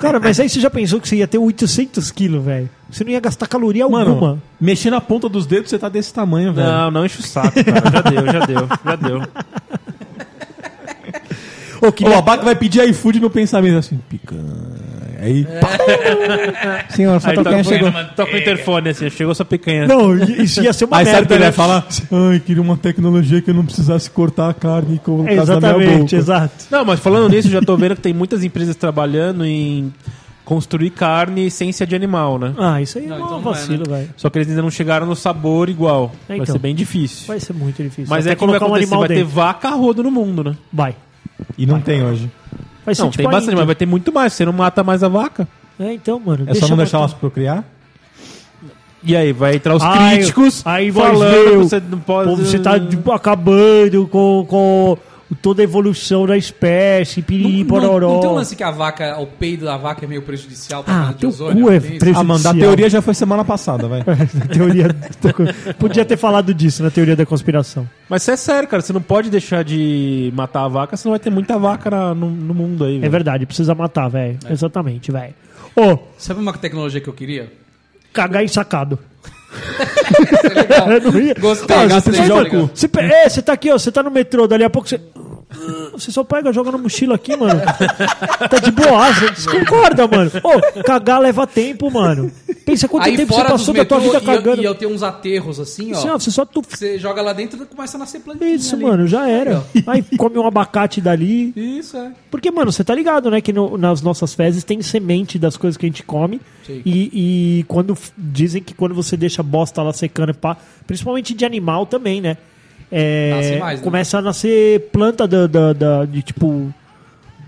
[SPEAKER 3] Cara, mas aí você já pensou que você ia ter 800 quilos, velho. Você não ia gastar caloria alguma.
[SPEAKER 1] Mano, mexer na ponta dos dedos, você tá desse tamanho,
[SPEAKER 3] né?
[SPEAKER 1] velho.
[SPEAKER 4] Não, não enche o saco, cara. Já deu, já deu, já deu.
[SPEAKER 3] Ô, que
[SPEAKER 1] O abaca vai pedir iFood meu pensamento é assim, picanha. Aí. pá. Senhor, sua
[SPEAKER 4] Aí tá toca,
[SPEAKER 1] picanha chegou.
[SPEAKER 4] o- toca o interfone assim, chegou sua picanha.
[SPEAKER 3] Não, isso ia ser uma
[SPEAKER 1] Aí
[SPEAKER 3] merda.
[SPEAKER 1] sabe o que ele
[SPEAKER 4] é
[SPEAKER 3] né?
[SPEAKER 1] vai falar? Ai, queria uma tecnologia que eu não precisasse cortar a carne e colocar
[SPEAKER 4] né?
[SPEAKER 1] na minha
[SPEAKER 3] Exatamente,
[SPEAKER 1] boca.
[SPEAKER 3] exato.
[SPEAKER 4] Não, mas falando nisso, já tô vendo que tem muitas empresas trabalhando em construir carne e essência de animal, né?
[SPEAKER 3] Ah, isso aí
[SPEAKER 2] Não,
[SPEAKER 3] é um
[SPEAKER 2] então não é,
[SPEAKER 3] vacilo, velho.
[SPEAKER 4] Só que eles ainda não chegaram no sabor igual.
[SPEAKER 3] É,
[SPEAKER 4] Vai
[SPEAKER 3] então.
[SPEAKER 4] ser bem difícil.
[SPEAKER 3] Vai ser muito difícil.
[SPEAKER 4] Mas
[SPEAKER 3] Até
[SPEAKER 4] é que vai
[SPEAKER 3] colocar um
[SPEAKER 4] acontecer,
[SPEAKER 3] animal
[SPEAKER 4] vai ter
[SPEAKER 3] dentro.
[SPEAKER 4] vaca rodo no mundo, né?
[SPEAKER 3] Vai.
[SPEAKER 1] E não tem hoje.
[SPEAKER 3] Vai ser
[SPEAKER 4] Não,
[SPEAKER 3] tipo
[SPEAKER 4] tem
[SPEAKER 3] a
[SPEAKER 4] bastante,
[SPEAKER 3] Índia.
[SPEAKER 4] mas vai ter muito mais. Você não mata mais a vaca.
[SPEAKER 3] É, então, mano.
[SPEAKER 1] É só não deixar
[SPEAKER 3] matar.
[SPEAKER 1] elas procriar?
[SPEAKER 4] E aí, vai entrar os
[SPEAKER 3] Ai,
[SPEAKER 4] críticos
[SPEAKER 3] aí vai ver
[SPEAKER 4] falando
[SPEAKER 3] o-
[SPEAKER 4] que você não pode...
[SPEAKER 3] Como você tá tipo, acabando com, com toda a evolução da espécie, piriri,
[SPEAKER 2] não, não,
[SPEAKER 3] pororó.
[SPEAKER 2] não tem um lance que a vaca, o peido da vaca é meio prejudicial pra
[SPEAKER 3] Ah,
[SPEAKER 2] camada de
[SPEAKER 3] teu
[SPEAKER 2] ozônio?
[SPEAKER 3] cu é
[SPEAKER 2] Tem isso?
[SPEAKER 3] prejudicial.
[SPEAKER 1] Ah, mano, da teoria já foi semana passada, vai.
[SPEAKER 3] Na teoria. Podia ter falado disso na teoria da conspiração.
[SPEAKER 4] Mas isso é sério, cara. Você não pode deixar de matar a vaca, senão vai ter muita vaca na- no, no mundo aí.
[SPEAKER 3] É
[SPEAKER 4] velho.
[SPEAKER 3] verdade, precisa matar, velho.
[SPEAKER 2] É.
[SPEAKER 3] Exatamente, velho. Ô,
[SPEAKER 2] Sabe uma tecnologia que eu queria?
[SPEAKER 3] cagar ensacado.
[SPEAKER 2] Isso é legal.
[SPEAKER 3] Eu não ia-
[SPEAKER 2] Gostei,
[SPEAKER 3] Ah,
[SPEAKER 2] gostei,
[SPEAKER 3] você
[SPEAKER 2] legal,
[SPEAKER 3] joga-
[SPEAKER 2] legal.
[SPEAKER 3] Você, pe- é, você tá aqui, ó. Você tá no metrô, dali a pouco você. Você só pega, joga na mochila aqui, mano. Tá de boaça. Desconcorda, mano. Ô, cagar leva tempo, mano. Pensa quanto
[SPEAKER 2] Aí
[SPEAKER 3] tempo você
[SPEAKER 2] fora dos
[SPEAKER 3] passou da tua
[SPEAKER 2] metrô
[SPEAKER 3] vida
[SPEAKER 2] e, eu-
[SPEAKER 3] cagando.
[SPEAKER 2] e eu tenho uns aterros assim, ó.
[SPEAKER 3] Assim, ó, você só tu...
[SPEAKER 2] Você joga lá dentro e começa a nascer plantinha
[SPEAKER 3] Isso,
[SPEAKER 2] ali.
[SPEAKER 3] mano, já era. Aí come um abacate dali.
[SPEAKER 2] Isso, é.
[SPEAKER 3] Porque, mano, você tá ligado, né? Que no- nas nossas fezes tem semente das coisas que a gente come.
[SPEAKER 2] Sim.
[SPEAKER 3] E, e quando f- dizem que quando você deixa a bosta lá secando, e pá, principalmente de animal também, né? É,
[SPEAKER 2] Nasce mais, né?
[SPEAKER 3] Começa a nascer planta da, da- da- de tipo.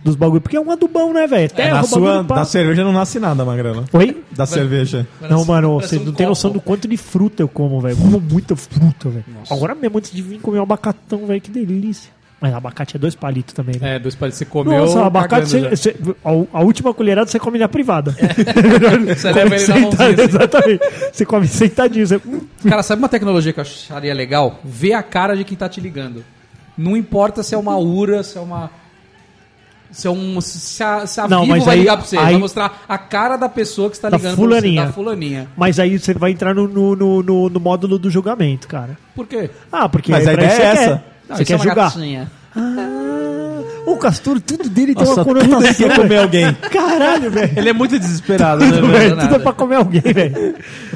[SPEAKER 3] Dos bagulho. Porque é um adubão, né, velho?
[SPEAKER 1] da,
[SPEAKER 3] Terra, o bagulho
[SPEAKER 1] sua,
[SPEAKER 3] pá.
[SPEAKER 1] da cerveja não É, nasce nada, Magrana.
[SPEAKER 3] Oi?
[SPEAKER 1] Da cerveja.
[SPEAKER 2] Parece-
[SPEAKER 3] Não, mano,
[SPEAKER 2] parece
[SPEAKER 3] você
[SPEAKER 2] um
[SPEAKER 3] não tem noção do
[SPEAKER 2] copo.
[SPEAKER 3] quanto de fruta eu como, velho. Eu como muita fruta, velho. Agora mesmo, antes de vir comer um abacatão, velho, que delícia. Mas abacate é dois palitos também, né?
[SPEAKER 2] É, dois palitos você comeu.
[SPEAKER 3] Nossa, abacate,
[SPEAKER 2] cagando
[SPEAKER 3] você,
[SPEAKER 2] já.
[SPEAKER 3] você- a, a última colherada você come na privada.
[SPEAKER 2] É. Você leva ele na
[SPEAKER 3] sentado,
[SPEAKER 2] mãozinha, assim.
[SPEAKER 3] Exatamente. Você come sentadinho. Você, hum,
[SPEAKER 2] Cara, sabe uma tecnologia que eu acharia legal? Ver a cara de quem tá te ligando. Não importa se é uma URA, se é uma. Se é um. Se a, se a
[SPEAKER 3] Não,
[SPEAKER 2] Vivo
[SPEAKER 3] mas
[SPEAKER 2] vai
[SPEAKER 3] aí-
[SPEAKER 2] ligar pra você. Vai
[SPEAKER 3] aí-
[SPEAKER 2] mostrar a cara da pessoa que está
[SPEAKER 3] Da
[SPEAKER 2] ligando
[SPEAKER 3] fulaninha.
[SPEAKER 2] pra você. Da fulaninha.
[SPEAKER 3] mas aí você vai entrar no, no, no, no- no módulo do julgamento, cara.
[SPEAKER 2] Por quê?
[SPEAKER 3] Ah, porque
[SPEAKER 1] Mas
[SPEAKER 3] é
[SPEAKER 1] a
[SPEAKER 3] pra
[SPEAKER 1] ideia
[SPEAKER 3] isso
[SPEAKER 1] é
[SPEAKER 3] que você
[SPEAKER 1] essa.
[SPEAKER 3] Quer. você quer julgar. Ah, o Casturo, tudo dele tem uma conotação.
[SPEAKER 1] tudo é que comer alguém.
[SPEAKER 3] Caralho, velho.
[SPEAKER 4] Ele é muito desesperado, né,
[SPEAKER 3] Tudo,
[SPEAKER 4] velho?
[SPEAKER 3] velho,
[SPEAKER 2] nada.
[SPEAKER 3] tudo é pra comer alguém, velho.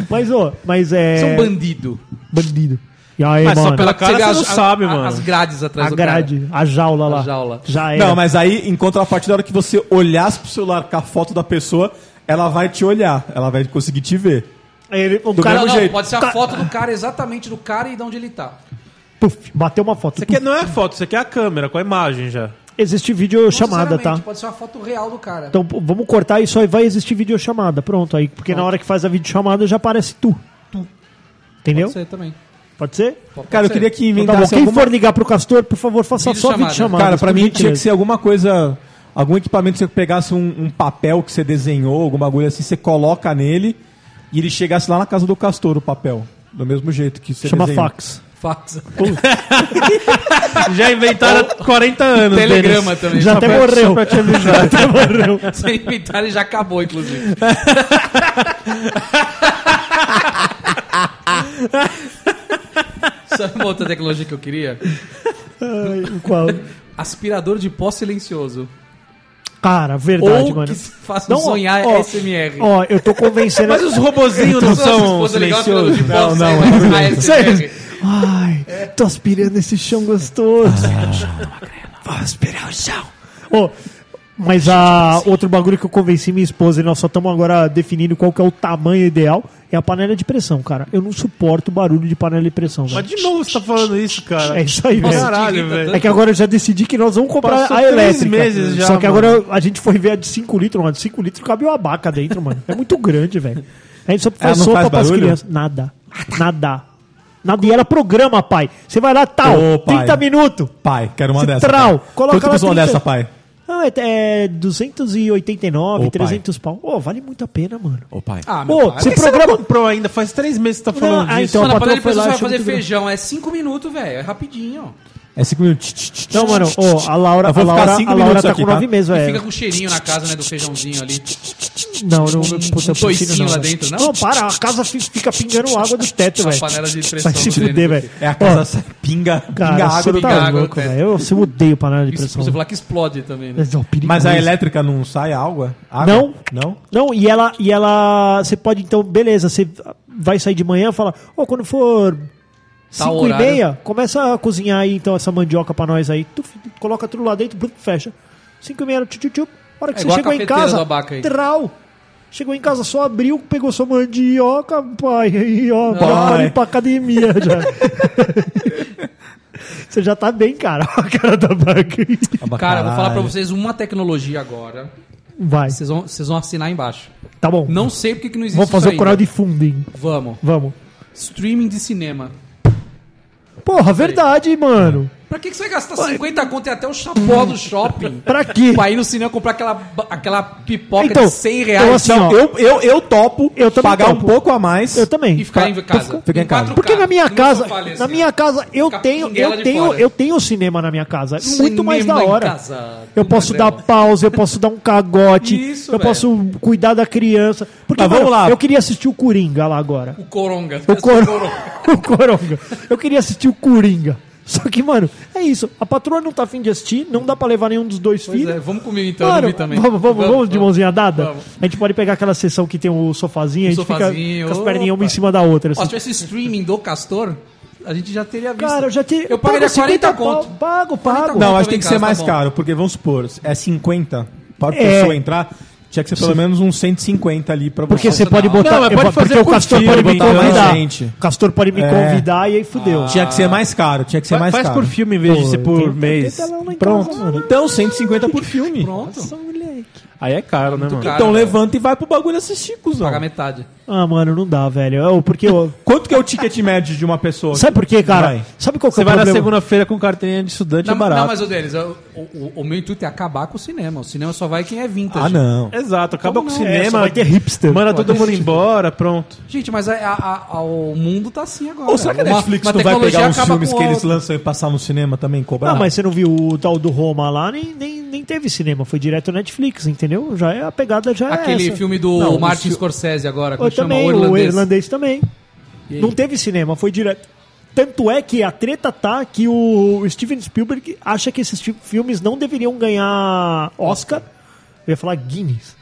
[SPEAKER 3] Mas, ô, mas é.
[SPEAKER 2] Você é um bandido.
[SPEAKER 3] bandido. E aí,
[SPEAKER 4] Mas só
[SPEAKER 3] mano,
[SPEAKER 4] pela- cara,
[SPEAKER 2] vê
[SPEAKER 4] você
[SPEAKER 2] as-
[SPEAKER 4] não sabe, mano.
[SPEAKER 2] As grades atrás
[SPEAKER 3] a
[SPEAKER 2] do cara. né?
[SPEAKER 3] grade, a jaula lá.
[SPEAKER 2] jaula.
[SPEAKER 3] Já era.
[SPEAKER 1] Não, mas aí, em contrapartida, a hora que você olhasse pro celular com a foto da pessoa, ela vai te olhar. Ela vai conseguir te ver.
[SPEAKER 3] Ele, o
[SPEAKER 1] Do
[SPEAKER 3] cara
[SPEAKER 1] mesmo
[SPEAKER 2] Não, não,
[SPEAKER 1] jeito.
[SPEAKER 2] pode ser a
[SPEAKER 3] Tá.
[SPEAKER 2] foto do cara, exatamente do cara e de onde ele tá.
[SPEAKER 3] Puf, bateu uma foto.
[SPEAKER 4] Isso aqui não é a foto, isso aqui é a câmera, com a imagem já.
[SPEAKER 3] Existe videochamada,
[SPEAKER 2] Sinceramente,
[SPEAKER 3] tá?
[SPEAKER 2] Pode ser uma foto real do cara.
[SPEAKER 3] Então pô, vamos cortar isso aí, vai existir videochamada. Pronto, aí, porque na hora que faz a videochamada já aparece tu. Entendeu?
[SPEAKER 2] Pode ser também.
[SPEAKER 3] Pode ser?
[SPEAKER 2] Pode
[SPEAKER 1] Cara, eu
[SPEAKER 2] ser.
[SPEAKER 1] queria que
[SPEAKER 3] Então tá bom.
[SPEAKER 1] inventasse
[SPEAKER 3] Quem
[SPEAKER 1] alguma...
[SPEAKER 3] for ligar pro Castor, por favor, faça só
[SPEAKER 2] Videochamada.
[SPEAKER 3] videochamada.
[SPEAKER 1] Cara, pra
[SPEAKER 3] por
[SPEAKER 1] mim tinha
[SPEAKER 3] gentileza.
[SPEAKER 1] que ser alguma coisa... Algum equipamento que você pegasse um, um papel que você desenhou, alguma agulha assim, você coloca nele e ele chegasse lá na casa do castor, o papel. Do mesmo jeito que você
[SPEAKER 3] Chama
[SPEAKER 1] desenhou.
[SPEAKER 3] fax.
[SPEAKER 2] Fax.
[SPEAKER 4] Já inventaram tá? há 40 anos.
[SPEAKER 2] Telegrama também.
[SPEAKER 3] Já até
[SPEAKER 1] pra-
[SPEAKER 3] morreu.
[SPEAKER 1] só pra te avisar.
[SPEAKER 3] Já até morreu.
[SPEAKER 2] Se inventar, ele já acabou, inclusive. Sabe uma outra tecnologia que eu queria?
[SPEAKER 3] Ai, qual?
[SPEAKER 2] Aspirador de pó silencioso.
[SPEAKER 3] Cara, verdade,
[SPEAKER 2] Ou
[SPEAKER 3] mano.
[SPEAKER 2] que se faça
[SPEAKER 3] ó,
[SPEAKER 2] sonhar
[SPEAKER 3] ó,
[SPEAKER 2] SMR.
[SPEAKER 3] Ó, eu tô convencendo.
[SPEAKER 4] Mas os robozinhos não são silenciosos.
[SPEAKER 2] Não, não. ASMR.
[SPEAKER 3] Ai, tô aspirando esse chão gostoso. Vou aspirar o chão. Ô, mas a outro bagulho que eu convenci minha esposa e nós só estamos agora definindo qual que é o tamanho ideal é a panela de pressão, cara. Eu não suporto o barulho de panela de pressão, velho.
[SPEAKER 4] Mas de novo você tá falando isso, cara.
[SPEAKER 3] É isso aí, velho.
[SPEAKER 4] Caralho,
[SPEAKER 2] irrita
[SPEAKER 4] velho.
[SPEAKER 3] É que agora eu já decidi que nós vamos comprar
[SPEAKER 4] Passou
[SPEAKER 3] a
[SPEAKER 4] três
[SPEAKER 3] elétrica.
[SPEAKER 4] meses já,
[SPEAKER 3] Só que
[SPEAKER 4] mano.
[SPEAKER 3] agora a gente foi ver a de 5 litros, mano. 5 litros cabe uma abaca dentro, mano. É muito grande, velho. A gente só
[SPEAKER 1] Ela
[SPEAKER 3] faz
[SPEAKER 1] não
[SPEAKER 3] sopa
[SPEAKER 1] faz
[SPEAKER 3] pras
[SPEAKER 1] barulho?
[SPEAKER 3] crianças. Nada. Nada. Nada. E ela programa, pai. Você vai lá, tal,
[SPEAKER 1] Ô, pai.
[SPEAKER 3] 30 minutos.
[SPEAKER 1] Pai, quero uma
[SPEAKER 3] Você
[SPEAKER 1] dessa.
[SPEAKER 3] trau,
[SPEAKER 1] pai.
[SPEAKER 3] coloca
[SPEAKER 1] Quanto
[SPEAKER 3] lá
[SPEAKER 1] custa uma
[SPEAKER 3] 30?
[SPEAKER 1] dessa, pai?
[SPEAKER 3] Ah, é, é 289,
[SPEAKER 1] Ô, pai.
[SPEAKER 3] 300 pau. Ô, vale muito a pena, mano.
[SPEAKER 1] Ô, pai.
[SPEAKER 2] Ah, meu
[SPEAKER 3] Ô,
[SPEAKER 2] pai.
[SPEAKER 3] você
[SPEAKER 4] Por que você não
[SPEAKER 3] programa...
[SPEAKER 4] comprou ainda? Faz três meses que você tá falando
[SPEAKER 3] Não, ah,
[SPEAKER 4] disso.
[SPEAKER 3] então,
[SPEAKER 2] Mano,
[SPEAKER 3] o
[SPEAKER 2] a panela
[SPEAKER 3] patrão
[SPEAKER 2] de
[SPEAKER 3] foi
[SPEAKER 2] pressão
[SPEAKER 3] lá,
[SPEAKER 2] você vai
[SPEAKER 3] achou
[SPEAKER 2] fazer
[SPEAKER 3] muito grande.
[SPEAKER 2] feijão. É 5 minutos, velho. É rapidinho.
[SPEAKER 1] É cinco minutos. Tch, tch, tch,
[SPEAKER 3] Não,
[SPEAKER 1] tch,
[SPEAKER 3] mano,
[SPEAKER 1] tch,
[SPEAKER 3] ó,
[SPEAKER 1] tch,
[SPEAKER 3] a
[SPEAKER 1] tch.
[SPEAKER 3] Laura,
[SPEAKER 1] Eu
[SPEAKER 3] a
[SPEAKER 1] vou ficar
[SPEAKER 3] Laura,
[SPEAKER 1] cinco
[SPEAKER 3] a Laura
[SPEAKER 1] minutos
[SPEAKER 3] tá
[SPEAKER 1] aqui,
[SPEAKER 3] com
[SPEAKER 1] tá?
[SPEAKER 3] nove meses,
[SPEAKER 2] E
[SPEAKER 3] velho.
[SPEAKER 2] fica com o cheirinho na casa, né? Do feijãozinho ali.
[SPEAKER 3] Não, não,
[SPEAKER 2] um
[SPEAKER 3] puta, eu prefiro
[SPEAKER 2] toicinho
[SPEAKER 3] não,
[SPEAKER 2] lá
[SPEAKER 3] velho.
[SPEAKER 2] dentro, não?
[SPEAKER 3] Não, para, a casa fi- fica pingando água do teto,
[SPEAKER 2] Na
[SPEAKER 3] velho.
[SPEAKER 2] panela de pressão
[SPEAKER 3] Vai se
[SPEAKER 2] do
[SPEAKER 3] fuder,
[SPEAKER 2] dreno.
[SPEAKER 3] velho.
[SPEAKER 1] É a casa sai- pinga, pinga
[SPEAKER 3] Cara,
[SPEAKER 1] água do
[SPEAKER 3] você
[SPEAKER 2] pinga
[SPEAKER 3] tá
[SPEAKER 2] água do
[SPEAKER 3] louco,
[SPEAKER 2] teto.
[SPEAKER 3] velho. Eu eu odeio panela de
[SPEAKER 2] Isso,
[SPEAKER 3] pressão.
[SPEAKER 2] Você falar que explode também, né?
[SPEAKER 3] Mas é um perigo
[SPEAKER 1] Mas a
[SPEAKER 3] isso.
[SPEAKER 1] elétrica não sai água? água?
[SPEAKER 3] Não.
[SPEAKER 1] Não?
[SPEAKER 3] Não, e ela, e ela. Você pode então, beleza, você vai sair de manhã e fala, ô, quando for
[SPEAKER 2] Tal
[SPEAKER 3] 5 e
[SPEAKER 2] Tá horário.
[SPEAKER 3] meia, começa a cozinhar aí então essa mandioca pra nós aí. Tu, coloca tudo lá dentro, blum, fecha. 5 e meia, tchu, tchu, tchu. A hora que
[SPEAKER 2] É
[SPEAKER 3] você
[SPEAKER 2] igual a
[SPEAKER 3] chegou em
[SPEAKER 2] cafeteira do
[SPEAKER 3] casa,
[SPEAKER 2] Abaca aí.
[SPEAKER 3] trau. Chegou em casa, só abriu, pegou sua mandioca, pai, aí, ó,
[SPEAKER 1] Pai.
[SPEAKER 3] bora pra ir pra academia já. Você já tá bem, cara. A cara da banca.
[SPEAKER 2] Cara, eu vou falar pra
[SPEAKER 1] É Caralho.
[SPEAKER 2] vocês uma tecnologia agora.
[SPEAKER 3] Vai.
[SPEAKER 2] Vocês vão, vocês vão assinar aí embaixo.
[SPEAKER 3] Tá bom.
[SPEAKER 2] Não sei porque que não existe
[SPEAKER 3] Vamos fazer
[SPEAKER 2] isso né?
[SPEAKER 3] o coral
[SPEAKER 2] ainda.
[SPEAKER 3] de funding.
[SPEAKER 2] Vamos.
[SPEAKER 3] Vamos.
[SPEAKER 2] Streaming de cinema.
[SPEAKER 3] Porra, verdade, mano.
[SPEAKER 2] Pra que, que você vai gastar 50 conto e até o chapó do shopping?
[SPEAKER 3] Pra quê?
[SPEAKER 2] Pra ir no cinema comprar aquela, ba- aquela pipoca
[SPEAKER 3] Então,
[SPEAKER 2] de 100
[SPEAKER 3] eu
[SPEAKER 2] reais
[SPEAKER 3] assim, ó,
[SPEAKER 1] Eu, eu, eu topo
[SPEAKER 3] Eu também
[SPEAKER 1] pagar um
[SPEAKER 3] topo.
[SPEAKER 1] pouco a mais.
[SPEAKER 3] Eu também. Tá,
[SPEAKER 2] e ficar em casa.
[SPEAKER 1] fica em casa.
[SPEAKER 2] 4K,
[SPEAKER 3] Porque na minha
[SPEAKER 2] no
[SPEAKER 3] casa,
[SPEAKER 2] sofá ali, assim,
[SPEAKER 3] na
[SPEAKER 2] ó.
[SPEAKER 3] minha casa eu
[SPEAKER 2] Fica a
[SPEAKER 3] tenho,
[SPEAKER 2] pinguela
[SPEAKER 3] eu
[SPEAKER 2] de
[SPEAKER 3] tenho,
[SPEAKER 2] fora.
[SPEAKER 3] eu tenho cinema na minha casa. É
[SPEAKER 2] Cinema
[SPEAKER 3] Muito mais da
[SPEAKER 2] em
[SPEAKER 3] hora.
[SPEAKER 2] casa,
[SPEAKER 3] Eu
[SPEAKER 2] do
[SPEAKER 3] posso dar
[SPEAKER 2] Mandela.
[SPEAKER 3] pausa, eu posso dar um cagote,
[SPEAKER 2] Isso,
[SPEAKER 3] eu
[SPEAKER 2] velho.
[SPEAKER 3] posso cuidar da criança. Porque
[SPEAKER 1] Mas Tá, vamos
[SPEAKER 3] mano,
[SPEAKER 1] lá.
[SPEAKER 3] eu queria assistir o Coringa lá agora.
[SPEAKER 2] O Coronga.
[SPEAKER 3] O Coronga. o Coronga. Eu queria assistir o Coringa. Só que, mano, é isso. A patroa não tá afim de assistir, não dá pra levar nenhum dos dois
[SPEAKER 2] Pois
[SPEAKER 3] filhos.
[SPEAKER 2] é, vamos comigo então, eu
[SPEAKER 3] Claro,
[SPEAKER 2] não vi também.
[SPEAKER 3] Vamos, vamos, vamos, de mãozinha dada?
[SPEAKER 2] Vamos.
[SPEAKER 3] A gente pode pegar aquela sessão que tem o sofazinho, a gente
[SPEAKER 2] sofazinho,
[SPEAKER 3] fica com as perninhas uma
[SPEAKER 2] opa.
[SPEAKER 3] em cima da outra.
[SPEAKER 2] Ó,
[SPEAKER 3] assim.
[SPEAKER 2] se tivesse streaming do Castor, a gente já teria visto.
[SPEAKER 3] Cara, eu já te.
[SPEAKER 2] Eu pagaria 40 conto.
[SPEAKER 3] Pago,
[SPEAKER 2] 40
[SPEAKER 3] pago. é
[SPEAKER 2] conto.
[SPEAKER 1] Não,
[SPEAKER 2] Eu
[SPEAKER 1] acho
[SPEAKER 2] tô
[SPEAKER 1] que tem
[SPEAKER 2] em
[SPEAKER 1] que
[SPEAKER 2] casa,
[SPEAKER 1] ser mais
[SPEAKER 2] tá bom.
[SPEAKER 1] caro, porque vamos supor, é 50 para
[SPEAKER 3] É.
[SPEAKER 1] pessoa entrar, tinha que ser pelo menos uns 150 ali pra
[SPEAKER 3] Porque você
[SPEAKER 2] Nossa,
[SPEAKER 3] pode
[SPEAKER 2] não.
[SPEAKER 3] botar.
[SPEAKER 1] Não, mas
[SPEAKER 3] eu
[SPEAKER 1] pode
[SPEAKER 3] bo-
[SPEAKER 1] fazer
[SPEAKER 3] porque o Castor
[SPEAKER 1] curtido,
[SPEAKER 3] pode me
[SPEAKER 1] botar mais
[SPEAKER 3] convidar.
[SPEAKER 1] gente.
[SPEAKER 3] O Castor pode me
[SPEAKER 1] É.
[SPEAKER 3] convidar e aí fudeu.
[SPEAKER 1] Tinha que ser mais caro, tinha que ser mais
[SPEAKER 4] Faz
[SPEAKER 1] caro.
[SPEAKER 4] por filme em vez de ser por mês.
[SPEAKER 3] Pronto.
[SPEAKER 1] Então, 150 por filme.
[SPEAKER 2] Pronto.
[SPEAKER 3] Ah,
[SPEAKER 4] Aí é caro, né, mano?
[SPEAKER 2] caro.
[SPEAKER 1] Então
[SPEAKER 2] Cara,
[SPEAKER 1] levanta e vai pro bagulho assistir, cuzão.
[SPEAKER 2] Pagar metade.
[SPEAKER 3] Ah, mano, não dá, velho. Eu- porque. eu-
[SPEAKER 1] Quanto que é o ticket médio de uma pessoa?
[SPEAKER 3] Sabe por quê, cara?
[SPEAKER 1] Vai.
[SPEAKER 3] Sabe qual que
[SPEAKER 4] Você
[SPEAKER 3] é o
[SPEAKER 4] vai na
[SPEAKER 3] problema?
[SPEAKER 4] segunda-feira com carteirinha de estudante,
[SPEAKER 2] Não,
[SPEAKER 4] é barato.
[SPEAKER 2] não, mas, ô Denis, o, o- o meu intuito é acabar com o cinema. O cinema só vai quem é vintage.
[SPEAKER 1] Ah, não.
[SPEAKER 4] Exato, acaba com
[SPEAKER 3] É,
[SPEAKER 4] o
[SPEAKER 3] só
[SPEAKER 4] cinema.
[SPEAKER 3] vai ter hipster.
[SPEAKER 4] Manda todo mundo embora, pronto.
[SPEAKER 2] Gente, mas a- a- a- o mundo tá assim agora.
[SPEAKER 1] Ou será que a
[SPEAKER 2] Uma-
[SPEAKER 1] Netflix
[SPEAKER 2] uma
[SPEAKER 1] não vai
[SPEAKER 2] tecnologia
[SPEAKER 1] pegar uns
[SPEAKER 2] acaba
[SPEAKER 1] filmes
[SPEAKER 2] com
[SPEAKER 1] que
[SPEAKER 2] a
[SPEAKER 1] eles
[SPEAKER 2] outra.
[SPEAKER 1] lançam e passar no cinema também, cobrar?
[SPEAKER 3] Ah, mas você não viu o tal do Roma lá, nem, nem, nem teve cinema, foi direto Netflix, entendeu? Já é a pegada, já é
[SPEAKER 2] Aquele
[SPEAKER 3] essa.
[SPEAKER 2] filme do
[SPEAKER 1] Não,
[SPEAKER 2] Martin
[SPEAKER 1] isso-
[SPEAKER 2] Scorsese agora, que
[SPEAKER 3] Eu
[SPEAKER 2] chama
[SPEAKER 3] também,
[SPEAKER 2] O
[SPEAKER 3] o
[SPEAKER 2] Irlandês.
[SPEAKER 3] irlandês também.
[SPEAKER 2] E aí?
[SPEAKER 3] Não teve cinema, foi direto. Tanto é que a treta tá que o Steven Spielberg acha que esses fi- filmes não deveriam ganhar Oscar. Eu ia falar Guinness.